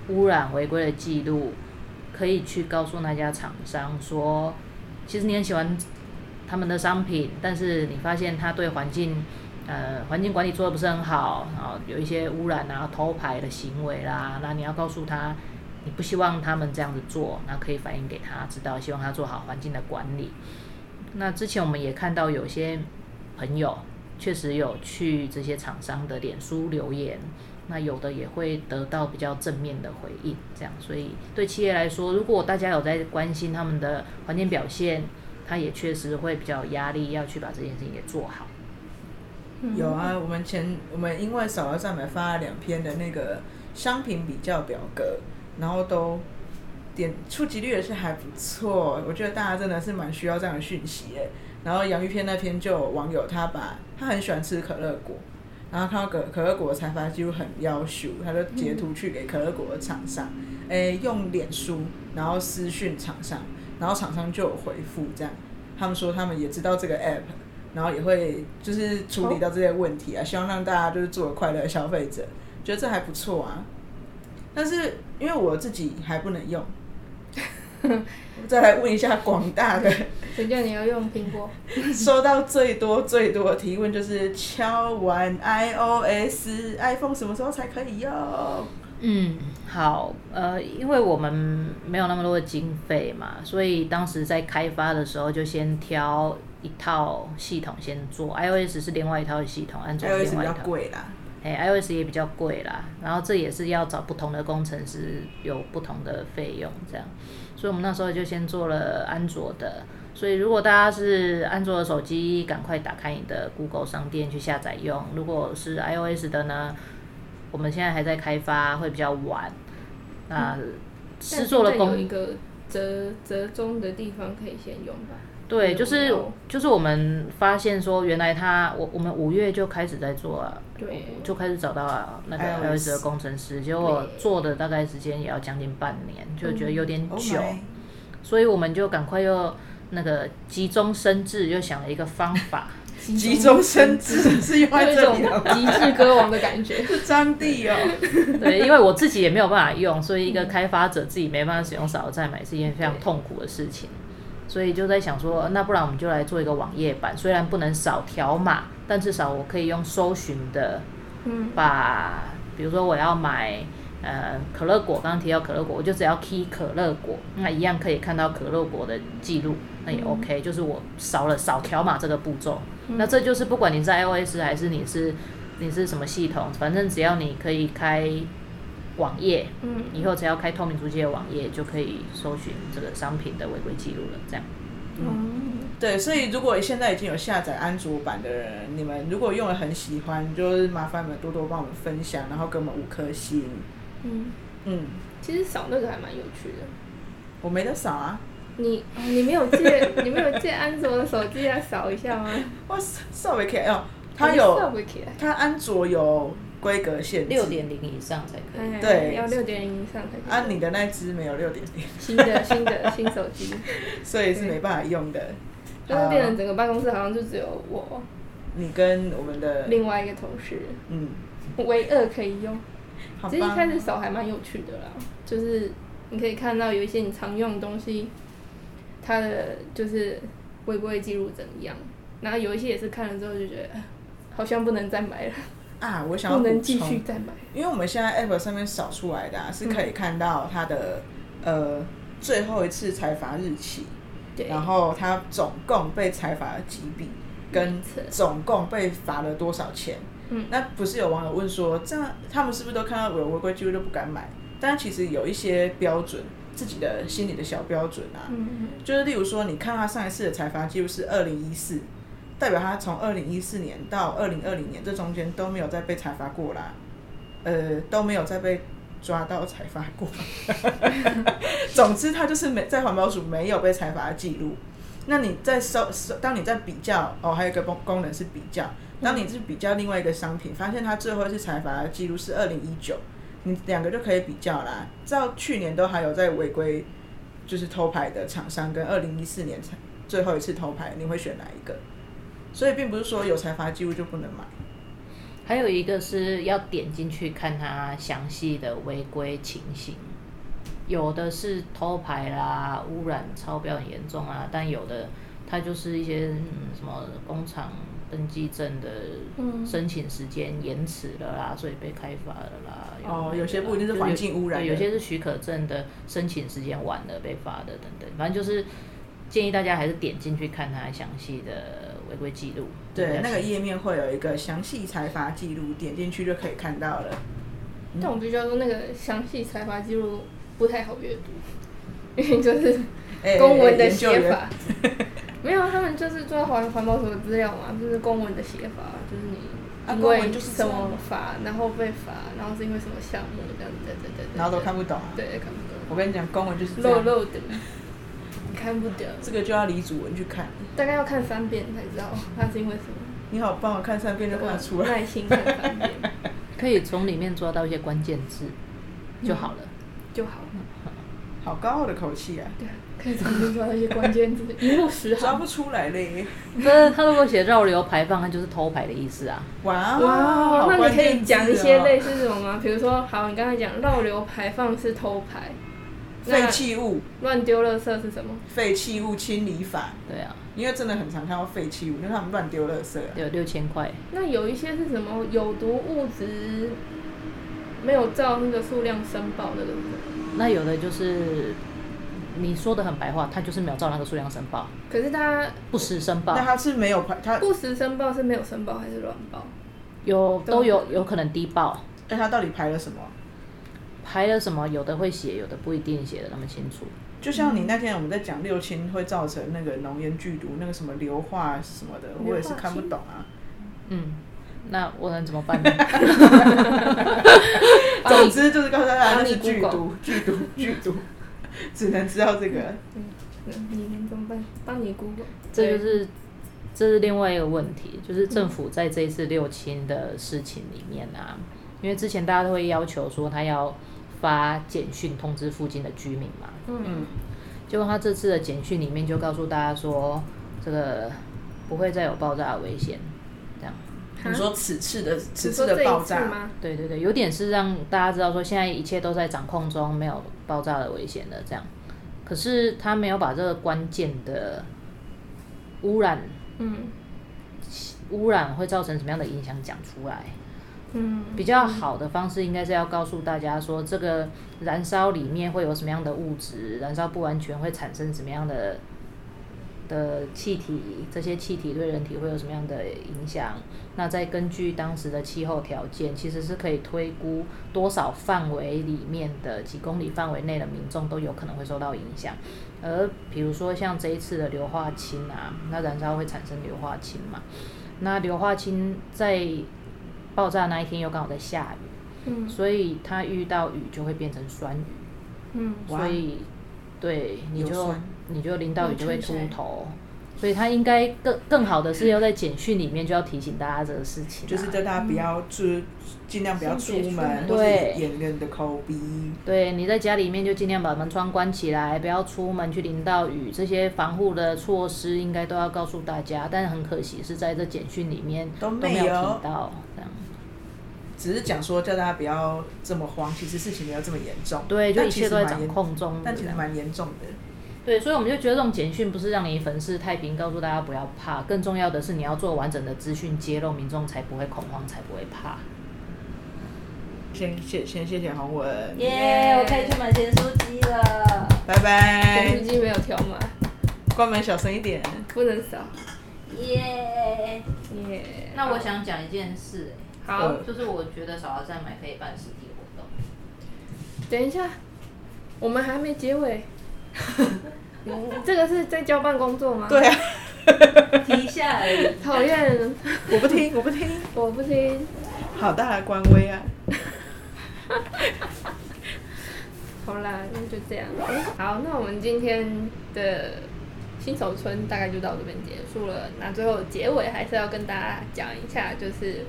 [SPEAKER 3] 污染违规的记录，可以去告诉那家厂商说，其实你很喜欢他们的商品，但是你发现它对环境，呃，环境管理做的不是很好，然后有一些污染啊、偷排的行为啦，那你要告诉他，你不希望他们这样子做，那可以反映给他知道，希望他做好环境的管理。那之前我们也看到有些朋友确实有去这些厂商的脸书留言，那有的也会得到比较正面的回应，这样，所以对企业来说，如果大家有在关心他们的环境表现，他也确实会比较有压力，要去把这件事情给做好。
[SPEAKER 2] 嗯
[SPEAKER 1] 有啊，我们前我们因为少了赞美发了两篇的那个商品比较表格，然后都点触及率也是还不错，我觉得大家真的是蛮需要这样的讯息诶。然后洋芋片那天就有网友他把他很喜欢吃可乐果，然后看到可可乐果的财阀记录很要求，他就截图去给可乐果的厂商，诶、用脸书然后私讯厂商，然后厂商就有回复这样，他们说他们也知道这个 app。然后也会就是处理到这些问题啊，希望让大家就是做快乐的消费者，觉得这还不错啊。但是因为我自己还不能用，我再来问一下广大的
[SPEAKER 2] 谁叫你要用苹果？
[SPEAKER 1] 收到最多最多的提问就是敲完 iOS iPhone 什么时候才可以用？
[SPEAKER 3] 嗯，好，呃，因为我们没有那么多的经费嘛，所以当时在开发的时候就先挑一套系统先做，iOS 是另外一套的系统，安卓是
[SPEAKER 1] iOS
[SPEAKER 3] 另
[SPEAKER 1] 比
[SPEAKER 3] 外一
[SPEAKER 1] 较
[SPEAKER 3] 套。
[SPEAKER 1] 贵啦，
[SPEAKER 3] 哎、i o s 也比较贵啦，然后这也是要找不同的工程师，有不同的费用这样，所以我们那时候就先做了安卓的。所以如果大家是安卓的手机，赶快打开你的 Google 商店去下载用。如果是 iOS 的呢，我们现在还在开发，会比较晚。那制作的
[SPEAKER 2] 嗯但现在有
[SPEAKER 3] 工
[SPEAKER 2] 一个折折中的地方可以先用吧。
[SPEAKER 3] 对，
[SPEAKER 2] 嗯
[SPEAKER 3] 就是
[SPEAKER 2] 哦
[SPEAKER 3] 就是我们发现说，原来他我我们五月就开始在做了，
[SPEAKER 2] 对
[SPEAKER 3] 就开始找到了那个
[SPEAKER 1] iOS
[SPEAKER 3] iOS 的工程师，结果做的大概时间也要将近半年，就觉得有点
[SPEAKER 1] Oh
[SPEAKER 3] 久，
[SPEAKER 1] my
[SPEAKER 3] 所以我们就赶快又那个急中生智，又想了一个方 法，
[SPEAKER 1] 急中生 智是用
[SPEAKER 2] 有
[SPEAKER 1] 在
[SPEAKER 2] 一
[SPEAKER 1] 这
[SPEAKER 2] 种
[SPEAKER 1] 里啊的吗，
[SPEAKER 2] 极致歌王的感觉。
[SPEAKER 1] 是张帝哦。
[SPEAKER 3] 对，因为我自己也没有办法用，所以一个开发者自己没办法使用扫再买是一件非常痛苦的事情，所以就在想说，那不然我们就来做一个网页版，虽然不能扫条码，但至少我可以用搜寻的
[SPEAKER 2] 嗯，
[SPEAKER 3] 把，比如说我要买呃可乐果，刚刚提到可乐果，我就只要 key 可乐果，那一样可以看到可乐果的记录，那也 OK，、就是我少了扫条码这个步骤。那这就是不管你在 iOS 还是你是你是什么系统，反正只要你可以开网页，
[SPEAKER 2] 嗯，
[SPEAKER 3] 以后只要开透明租界的网页就可以搜寻这个商品的违规记录了，这样。
[SPEAKER 2] 嗯哦
[SPEAKER 1] 对，所以如果现在已经有下载安卓版的人，你们如果用了很喜欢，就是麻烦你们多多帮我们分享，然后给我们五颗星。
[SPEAKER 2] 嗯，
[SPEAKER 1] 嗯，
[SPEAKER 2] 其实扫那个还蛮有趣的。
[SPEAKER 1] 我没得扫啊，
[SPEAKER 2] 你哦你没有借你没有借安卓的手机来扫一 下吗？
[SPEAKER 1] 哇，扫也可以哦。它有，
[SPEAKER 2] 不起来，
[SPEAKER 1] 它安卓有规格限制，
[SPEAKER 3] 六点零以上才可以。
[SPEAKER 2] 哎
[SPEAKER 1] 对
[SPEAKER 2] 要六点零以上才可以。
[SPEAKER 1] 啊，你的那只没有六点 零，
[SPEAKER 2] 新的新的新手 机，
[SPEAKER 1] 所以是没办法用的。
[SPEAKER 2] 就是变成
[SPEAKER 1] 好
[SPEAKER 2] 整个办公室好像就只有我
[SPEAKER 1] 你跟我们的，
[SPEAKER 2] 另外一个同事
[SPEAKER 1] 嗯，
[SPEAKER 2] 唯二可以用。
[SPEAKER 1] 好
[SPEAKER 2] 其实一
[SPEAKER 1] 吧
[SPEAKER 2] 开，始扫还蛮有趣的啦，就是你可以看到有一些你常用的东西，它的就是会不会记录怎么样，然后有一些也是看了之后就觉得。啊好像不能再买了，
[SPEAKER 1] 啊，我想要
[SPEAKER 2] 不能
[SPEAKER 1] 补
[SPEAKER 2] 继续
[SPEAKER 1] 充，
[SPEAKER 2] 再买。
[SPEAKER 1] 因为我们现在 App 上面扫出来的、啊、
[SPEAKER 2] 嗯
[SPEAKER 1] 是可以看到它的、呃最后一次财阀日期，
[SPEAKER 2] 对，
[SPEAKER 1] 然后他总共被裁罚了几笔，跟
[SPEAKER 2] 没错
[SPEAKER 1] 总共被罚了多少钱。
[SPEAKER 2] 嗯
[SPEAKER 1] 那不是有网友问说，这样他们是不是都看到有违规记录就不敢买？但其实有一些标准，自己的心里的小标准啊，
[SPEAKER 2] 嗯，
[SPEAKER 1] 就是例如说，你看他上一次的裁罚记录是二零一四，代表他从二零一四年到二零二零年这中间都没有再被裁罚过啦，呃，都没有再被抓到裁罚过。 总之，他就是没在环保署没有被裁罚的记录。那你在搜搜，当你在比较哦，还有一个功功能是比较，当你是比较另外一个商品，发现它最后一次裁罚的记录是二零一九，你两个就可以比较啦。照去年都还有在违规，就是偷牌的厂商跟二零一四年才最后一次偷牌，你会选哪一个？所以并不是说有财阀记录就不能买，
[SPEAKER 3] 还有一个是要点进去看它详细的违规情形，有的是偷牌啦、污染超标很严重啊，但有的它就是一些、嗯什么工厂登记证的
[SPEAKER 2] 嗯
[SPEAKER 3] 申请时间延迟了啦，所以被开发了啦。
[SPEAKER 1] 哦
[SPEAKER 3] 的没的啦
[SPEAKER 1] 有些不一定是环境污染的
[SPEAKER 3] 对有些是许可证的申请时间晚了被罚的等等，反正就是建议大家还是点进去看它详细的违规记录。
[SPEAKER 1] 对，
[SPEAKER 3] 比较
[SPEAKER 1] 那个
[SPEAKER 3] 清楚
[SPEAKER 1] 页面会有一个详细财阀记录，点进去就可以看到了。
[SPEAKER 2] 嗯但我必须要说，那个详细财阀记录不太好阅读，因为就是
[SPEAKER 1] 哎
[SPEAKER 2] 公文的
[SPEAKER 1] 研究
[SPEAKER 2] 写
[SPEAKER 1] 员
[SPEAKER 2] 法。没有，他们就是做环环保署的资料嘛，就是公文的写法，就是
[SPEAKER 1] 啊
[SPEAKER 2] 你因
[SPEAKER 1] 公文
[SPEAKER 2] 为
[SPEAKER 1] 就是
[SPEAKER 2] 什
[SPEAKER 1] 这样
[SPEAKER 2] 么法，然后被罚，然后是因为什么项目这样子，对对对对，
[SPEAKER 1] 然后都看不懂啊。
[SPEAKER 2] 对看不懂，
[SPEAKER 1] 我跟你讲，公文就是这
[SPEAKER 2] 漏
[SPEAKER 1] 样。
[SPEAKER 2] 漏的，看不得，
[SPEAKER 1] 这个就要李祖文去看。
[SPEAKER 2] 大概要看三遍才知道它是因为什么。
[SPEAKER 1] 你好棒，看三遍就看得出来。
[SPEAKER 2] 耐心看三遍
[SPEAKER 3] 可以从里面抓到一些关键字就好了。
[SPEAKER 2] 就好了。
[SPEAKER 1] 好高傲的口气 啊，
[SPEAKER 2] 对，可以重新抓到一些关键字，一目十
[SPEAKER 1] 抓
[SPEAKER 2] 行
[SPEAKER 1] 不。出来嘞。
[SPEAKER 3] 那他如果写绕流排放，那就是偷排的意思啊。
[SPEAKER 1] 哇
[SPEAKER 2] 哇
[SPEAKER 1] 好，
[SPEAKER 2] 那你可
[SPEAKER 1] 关
[SPEAKER 2] 以
[SPEAKER 1] 键字
[SPEAKER 2] 讲一些
[SPEAKER 1] 哦
[SPEAKER 2] 类似什么吗？比如说，好，你刚才讲绕流排放是偷排，
[SPEAKER 1] 废弃物、
[SPEAKER 2] 乱丢垃圾是什么？
[SPEAKER 1] 废弃物清理法，
[SPEAKER 3] 对啊，
[SPEAKER 1] 因为真的很常看到废弃物，因为他们乱丢垃圾、啊。
[SPEAKER 3] 有六千块，
[SPEAKER 2] 那有一些是什么有毒物质没有照那个数量申报那个是什么？
[SPEAKER 3] 那有的就是你说的很白话，他就是没有照那个数量申报，
[SPEAKER 2] 可是它
[SPEAKER 3] 不实申报
[SPEAKER 1] 那，他是没有排，他
[SPEAKER 2] 不实申报是没有申报还是乱报？
[SPEAKER 3] 有都有有可能低报。
[SPEAKER 1] 哎，他到底排了什么？
[SPEAKER 3] 排了什么？有的会写，有的不一定写的那么清楚。
[SPEAKER 1] 就像你那天我们在讲六氢会造成那个浓烟剧毒，那个什么硫化什么的，
[SPEAKER 2] 化氢
[SPEAKER 1] 我也是看不懂啊。
[SPEAKER 3] 嗯，那我能怎么办呢？
[SPEAKER 1] 总之就是告诉大家那
[SPEAKER 2] 帮你
[SPEAKER 1] 是剧
[SPEAKER 2] Google
[SPEAKER 1] 毒，剧毒，剧毒， 只能知道这个。
[SPEAKER 2] 嗯，你能怎么办？帮你 Google，
[SPEAKER 3] 这就是这是另外一个问题，就是政府在这一次六亲的事情里面啊，因为之前大家都会要求说他要发简讯通知附近的居民嘛，
[SPEAKER 1] 嗯，
[SPEAKER 3] 结果他这次的简讯里面就告诉大家说，这个不会再有爆炸的危险，这样。
[SPEAKER 2] 哈
[SPEAKER 1] 你说此次的此次
[SPEAKER 2] 你说
[SPEAKER 1] 的
[SPEAKER 2] 这
[SPEAKER 1] 爆
[SPEAKER 2] 一次
[SPEAKER 1] 炸，
[SPEAKER 2] 吗？
[SPEAKER 3] 对对对，有点是让大家知道说现在一切都在掌控中，没有爆炸的危险的这样。可是他没有把这个关键的污染
[SPEAKER 2] 嗯
[SPEAKER 3] 污染会造成什么样的影响讲出来。
[SPEAKER 2] 嗯，
[SPEAKER 3] 比较好的方式应该是要告诉大家说，这个燃烧里面会有什么样的物质，燃烧不完全会产生什么样的的气体，这些气体对人体会有什么样的影响？那再根据当时的气候条件，其实是可以推估多少范围里面的几公里范围内的民众都有可能会受到影响。而比如说像这一次的硫化氢啊，那燃烧会产生硫化氢嘛？那硫化氢在爆炸那一天又刚好在下雨，
[SPEAKER 2] 嗯
[SPEAKER 3] 所以它遇到雨就会变成酸雨，
[SPEAKER 2] 嗯
[SPEAKER 1] 哇
[SPEAKER 3] 所以对你
[SPEAKER 1] 有
[SPEAKER 3] 就
[SPEAKER 1] 酸
[SPEAKER 3] 你就淋到雨就会秃
[SPEAKER 2] 有
[SPEAKER 3] 头，所以它应该更更好的是要在简讯里面就要提醒大家这个事情、啊，
[SPEAKER 1] 就是叫大家不要就是尽量不要出
[SPEAKER 2] 先别出
[SPEAKER 1] 门，
[SPEAKER 2] 门
[SPEAKER 1] 或者
[SPEAKER 3] 对
[SPEAKER 1] 掩人的口鼻。
[SPEAKER 3] 对，你在家里面就尽量把门窗关起来，不要出门去淋到雨，这些防护的措施应该都要告诉大家。但很可惜是在这简讯里面
[SPEAKER 1] 都没
[SPEAKER 3] 没有提
[SPEAKER 1] 有
[SPEAKER 3] 到，这样
[SPEAKER 1] 只是讲说叫大家不要这么慌，其实事情没有这么严重。
[SPEAKER 3] 对，就
[SPEAKER 1] 但
[SPEAKER 3] 一
[SPEAKER 1] 其
[SPEAKER 3] 切
[SPEAKER 1] 实
[SPEAKER 3] 都在
[SPEAKER 1] 蛮
[SPEAKER 3] 掌
[SPEAKER 1] 严，
[SPEAKER 3] 控中的
[SPEAKER 1] 但
[SPEAKER 3] 这
[SPEAKER 1] 其实
[SPEAKER 3] 样。
[SPEAKER 1] 蛮严重的。
[SPEAKER 3] 对，所以我们就觉得这种简讯不是让你粉饰太平，告诉大家不要怕，更重要的是你要做完整的资讯揭露，民众才不会恐慌，才不会怕。
[SPEAKER 1] 先谢先谢谢洪文，
[SPEAKER 3] 耶、
[SPEAKER 2] 我可以去
[SPEAKER 3] 买咸酥鸡了。
[SPEAKER 1] 拜拜
[SPEAKER 2] 电视。机没有条码，
[SPEAKER 1] 关门小声一点。
[SPEAKER 2] 不能少。
[SPEAKER 3] 耶、
[SPEAKER 2] 耶，
[SPEAKER 3] 那我想讲一件事、
[SPEAKER 2] 好
[SPEAKER 3] 哎
[SPEAKER 1] 呃，
[SPEAKER 3] 就是我觉得少儿站买可以办实体活动。
[SPEAKER 2] 等一下，我们还没结尾。你这个是在交办工作吗？，
[SPEAKER 1] 对啊，
[SPEAKER 3] 提一下而已。
[SPEAKER 2] 讨厌，
[SPEAKER 1] 我不听，我不听。
[SPEAKER 2] 我不听。
[SPEAKER 1] 好大的官威啊！
[SPEAKER 2] 好啦，那就这样。好，那我们今天的新手村大概就到这边结束了。那最后结尾还是要跟大家讲一下，就是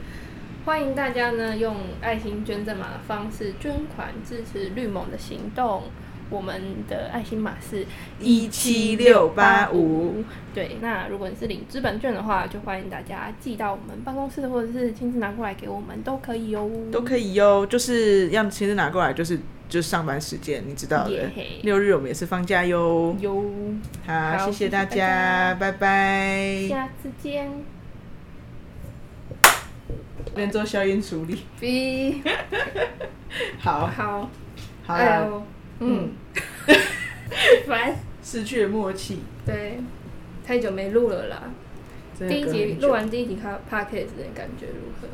[SPEAKER 2] 欢迎大家呢用爱心捐赠码的方式捐款支持绿盟的行动。我们的爱心码是
[SPEAKER 1] 17685。
[SPEAKER 2] 对，那如果你是领资本券的话，就欢迎大家寄到我们办公室，或者是亲自拿过来给我们都可以哦。
[SPEAKER 1] 都可以哟，就是让其实拿过来，就是就是上班时间，你知道的
[SPEAKER 2] 耶嘿。
[SPEAKER 1] 六日我们也是放假哟。
[SPEAKER 2] 有，
[SPEAKER 1] 好，
[SPEAKER 2] 好
[SPEAKER 1] 谢
[SPEAKER 2] 谢谢
[SPEAKER 1] 大
[SPEAKER 2] 大
[SPEAKER 1] 家，
[SPEAKER 2] 家
[SPEAKER 1] 拜拜。
[SPEAKER 2] 下次见。
[SPEAKER 1] 边做消音处理，
[SPEAKER 2] B，
[SPEAKER 1] 好，
[SPEAKER 2] 好。
[SPEAKER 1] 好
[SPEAKER 2] 哎
[SPEAKER 1] 啦，
[SPEAKER 2] 呦，嗯， 烦，
[SPEAKER 1] 失去了默契。
[SPEAKER 2] 对，太久没录了啦。
[SPEAKER 1] 真的
[SPEAKER 2] 第一
[SPEAKER 1] 隔
[SPEAKER 2] 集
[SPEAKER 1] 很久
[SPEAKER 2] 录，完第一集看 podcast 的感觉如何？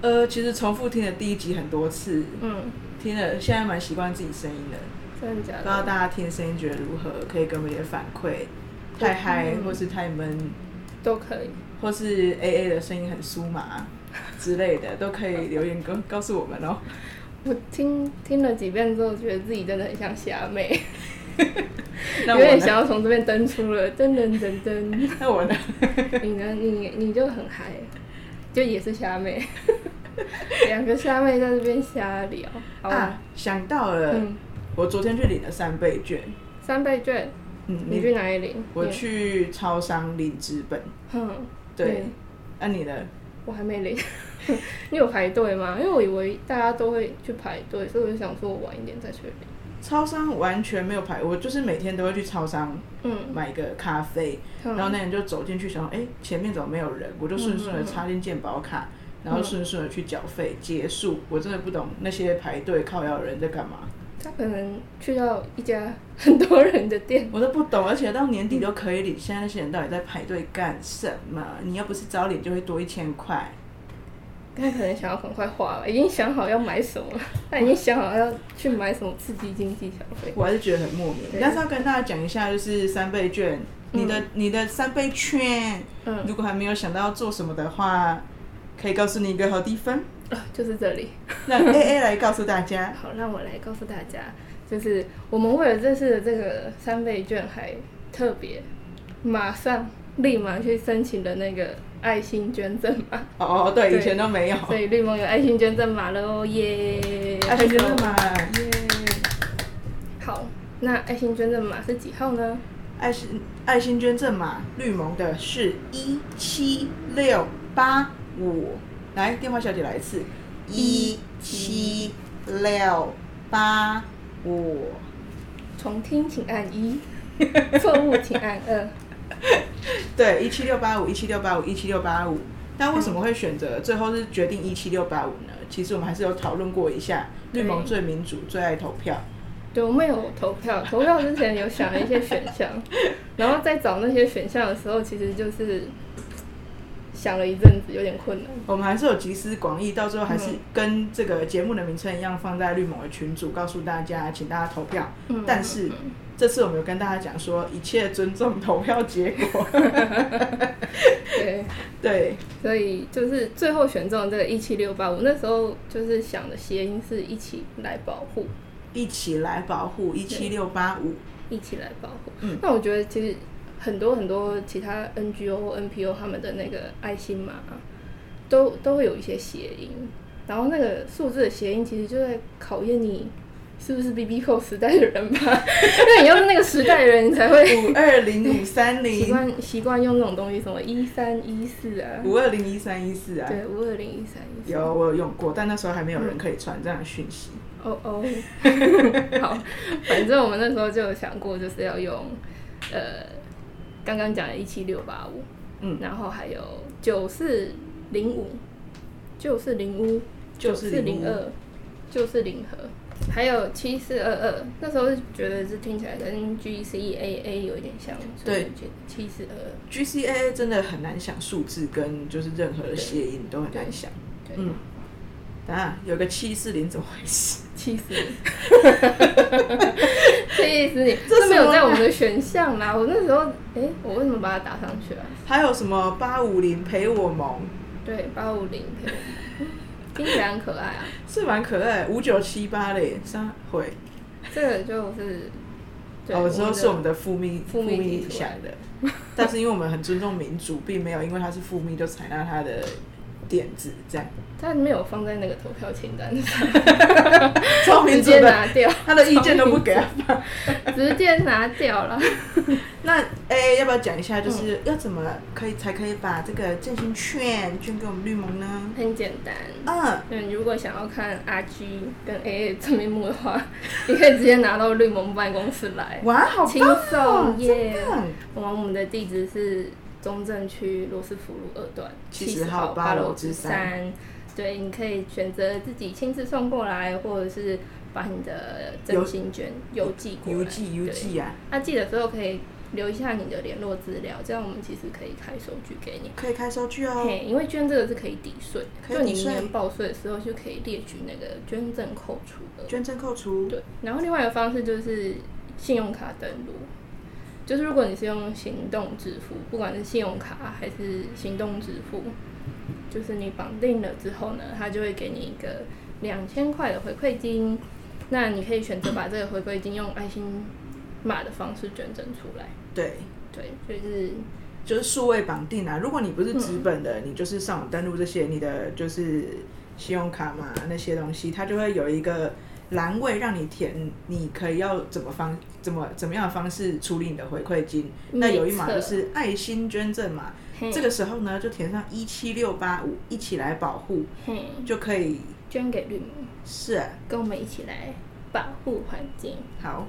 [SPEAKER 1] 呃，其实重复听了第一集很多次，
[SPEAKER 2] 嗯，
[SPEAKER 1] 听了现在蛮习惯自己声音的。
[SPEAKER 2] 真的假
[SPEAKER 1] 不知道
[SPEAKER 2] 的？
[SPEAKER 1] 大家听的声音觉得如何，可以给我们一点反馈。太嗨，
[SPEAKER 2] 嗯
[SPEAKER 1] 或是太闷，
[SPEAKER 2] 都可以，
[SPEAKER 1] 或是 A A 的声音很酥 麻之类的，都可以留言告告诉我们哦。
[SPEAKER 2] 我听听了几遍之后，觉得自己真的很像虾妹，
[SPEAKER 1] 那
[SPEAKER 2] 有
[SPEAKER 1] 我
[SPEAKER 2] 点
[SPEAKER 1] 呢？
[SPEAKER 2] 想要从这边登出了，噔噔噔噔，
[SPEAKER 1] 那我呢？
[SPEAKER 2] 你呢？你你就很嗨，就也是虾妹，两个虾妹在这边瞎聊，好吧？
[SPEAKER 1] 啊，想到了，
[SPEAKER 2] 嗯，
[SPEAKER 1] 我昨天去领了三倍券。
[SPEAKER 2] 三倍券，
[SPEAKER 1] 嗯，
[SPEAKER 2] 你去哪里领？
[SPEAKER 1] 我
[SPEAKER 2] 你，
[SPEAKER 1] 去超商领纸本。
[SPEAKER 2] 嗯，
[SPEAKER 1] 对
[SPEAKER 2] 嗯，
[SPEAKER 1] 那、你呢？
[SPEAKER 2] 我还没领。 你有排队吗？因为我以为大家都会去排队，所以我就想说我晚一点再去领。
[SPEAKER 1] 超商完全没有排，我就是每天都会去超商
[SPEAKER 2] 嗯，
[SPEAKER 1] 买个咖啡，
[SPEAKER 2] 嗯
[SPEAKER 1] 然后那人就走进去想说，哎、前面怎么没有人？我就顺
[SPEAKER 2] 嗯
[SPEAKER 1] 顺的插进健保卡，然后顺顺的去缴费，结束。我真的不懂那些排队靠腰的人在干嘛，
[SPEAKER 2] 他可能去到一家很多人的店，
[SPEAKER 1] 我都不懂。而且到年底都可以领，现在那些人到底在排队干什么？你要不是早领，就会多一千块。
[SPEAKER 2] 他可能想要赶快花了，已经想好要买什么，他已经想好要去买什么刺激经济消费。
[SPEAKER 1] 我还是觉得很莫名。
[SPEAKER 2] 对
[SPEAKER 1] 但是要跟大家讲一下，就是三倍券，你的、你的三倍券，
[SPEAKER 2] 嗯，
[SPEAKER 1] 如果还没有想到要做什么的话，可以告诉你一个好地方，
[SPEAKER 2] 就是这里。
[SPEAKER 1] 让 A A 来告诉大家。
[SPEAKER 2] 好，让我来告诉大家，就是我们为了这次的这个三倍券，还特别马上立马去申请的那个爱心捐赠码，
[SPEAKER 1] 哦哦，对，
[SPEAKER 2] 对
[SPEAKER 1] 以前都没有，
[SPEAKER 2] 所以绿盟有爱心捐赠码了哦，耶！
[SPEAKER 1] 爱心捐赠码，
[SPEAKER 2] 耶！好，那爱心捐赠码是几号呢？
[SPEAKER 1] 爱心爱心捐赠码，绿盟的是一七六八五，来电话小姐来一次，一七六八五。
[SPEAKER 2] 重听请按 一，错误请按二。
[SPEAKER 1] 对，一七六八五，一七六八五，一七六八五。但为什么会选择最后是决定一七六八五呢？其实我们还是有讨论过一下，绿盟最民主、最爱投票。
[SPEAKER 2] 对，我们有投票，投票之前有想了一些选项，然后在找那些选项的时候，其实就是想了一阵子，有点困难。
[SPEAKER 1] 我们还是有集思广益，到最后还是
[SPEAKER 2] 嗯
[SPEAKER 1] 跟这个节目的名称一样，放在绿盟的群组，告诉大家，请大家投票。
[SPEAKER 2] 嗯
[SPEAKER 1] 但是这次我们有跟大家讲说，一切尊重投票结果。
[SPEAKER 2] 对，
[SPEAKER 1] 对，
[SPEAKER 2] 所以就是最后选中了这个一七六八五，那时候就是想的谐音是一起来保护，
[SPEAKER 1] 一起来保护一七六八五。
[SPEAKER 2] 一起来保护。
[SPEAKER 1] 嗯
[SPEAKER 2] 那我觉得其实很多很多其他 NGO 或 NPO 他们的那个爱心嘛，都都会有一些谐音，然后那个数字的谐音其实就在考验你是不是 B B 扣时代的人吧， 因为你要是那个时代的人，你 才会
[SPEAKER 1] 五二零五三
[SPEAKER 2] 习
[SPEAKER 1] 零
[SPEAKER 2] 惯习惯用那种东西，什么一三一四啊，
[SPEAKER 1] 五二零一三一四啊，
[SPEAKER 2] 对，五二零一三一四，
[SPEAKER 1] 有我有用过，但那时候还没有人可以传这样的讯息。
[SPEAKER 2] 哦哦， 好，反正我们那时候就有想过，就是要用呃刚刚讲的一七六八五，
[SPEAKER 1] 嗯
[SPEAKER 2] 然后还有九四零五、九四零五、
[SPEAKER 1] 九四
[SPEAKER 2] 四
[SPEAKER 1] 零
[SPEAKER 2] 零
[SPEAKER 1] 五
[SPEAKER 2] 二、九四零和，还有七四二二。那时候是觉得是听起来跟 G C A A 有一点像，所以
[SPEAKER 1] 对，
[SPEAKER 2] 七四二二。
[SPEAKER 1] GCA 真的很难想数字跟就是任何的谐音都很难想。
[SPEAKER 2] 对
[SPEAKER 1] 嗯，等下有个七四零怎么回事？
[SPEAKER 2] 气死 你！气死你！
[SPEAKER 1] 这什么啊
[SPEAKER 2] 这没有在我们的选项啦。我那时候，哎、我为什么把它打上去啊？
[SPEAKER 1] 还有什么八五零陪我萌
[SPEAKER 2] 对，八五零陪我们，听起来很可爱啊。
[SPEAKER 1] 是蛮可爱，五九七八嘞，三回。
[SPEAKER 2] 这个就是，对，
[SPEAKER 1] 哦，之后是我们
[SPEAKER 2] 的
[SPEAKER 1] 的复密
[SPEAKER 2] 复密提出来
[SPEAKER 1] 想的，但是因为我们很尊重民主，并没有因为他是复密就采纳他的点子，这样
[SPEAKER 2] 它没有放在那个投票清 单上，
[SPEAKER 1] 超民
[SPEAKER 2] 直
[SPEAKER 1] 主
[SPEAKER 2] 接
[SPEAKER 1] 的，
[SPEAKER 2] 拿掉，
[SPEAKER 1] 他的意见都不给啊。
[SPEAKER 2] 直接拿掉了。
[SPEAKER 1] 那哎、要不要讲一下，就是要怎么可以才可以把这个振兴券捐给我们绿盟呢？
[SPEAKER 2] 很简单。
[SPEAKER 1] 嗯，
[SPEAKER 2] 嗯，如果想要看阿 G 跟 A A 真面目的话， 你可以直接拿到绿盟办公室来。
[SPEAKER 1] 哇，好
[SPEAKER 2] 轻
[SPEAKER 1] 棒哦！
[SPEAKER 2] 松
[SPEAKER 1] 真
[SPEAKER 2] 耶
[SPEAKER 1] 的，
[SPEAKER 2] 我们我们的地址是中正区罗斯福路二段
[SPEAKER 1] 70
[SPEAKER 2] 70
[SPEAKER 1] 号八楼之三。
[SPEAKER 2] 对，你可以选择自己亲自送过来，或者是把你的真心卷邮寄过来。
[SPEAKER 1] 邮寄邮
[SPEAKER 2] 对。
[SPEAKER 1] 寄啊，
[SPEAKER 2] 那寄的时候可以留一下你的联络资料，这样我们其实可以开收据给你。
[SPEAKER 1] 可以开收据哦。
[SPEAKER 2] 嘿，因为捐这个是可以抵税，
[SPEAKER 1] 可以
[SPEAKER 2] 就你
[SPEAKER 1] 抵
[SPEAKER 2] 明
[SPEAKER 1] 税
[SPEAKER 2] 年报税的时候就可以列举那个捐赠扣除额。
[SPEAKER 1] 捐赠扣除，
[SPEAKER 2] 对，然后另外一个方式就是信用卡登录，就是如果你是用行动支付，不管是信用卡还是行动支付，就是你绑定了之后呢，它就会给你一个两千块的回馈金，那你可以选择把这个回馈金用爱心骂的方式捐赠出来。
[SPEAKER 1] 对，
[SPEAKER 2] 对，就是
[SPEAKER 1] 就是数位绑定啊。如果你不是纸本的，你就是上网登录这些你的就是信用卡嘛那些东西，它就会有一个栏位让你填，你可以要怎么方怎么怎么样的方式处理你的回馈金。那有一码就是爱心捐赠嘛，
[SPEAKER 2] 嘿
[SPEAKER 1] 这个时候呢就填上一七六八五，一起来保护
[SPEAKER 2] 嘿
[SPEAKER 1] 就可以。
[SPEAKER 2] 捐给绿盟，
[SPEAKER 1] 是啊、
[SPEAKER 2] 跟我们一起来保护环境。
[SPEAKER 1] 好，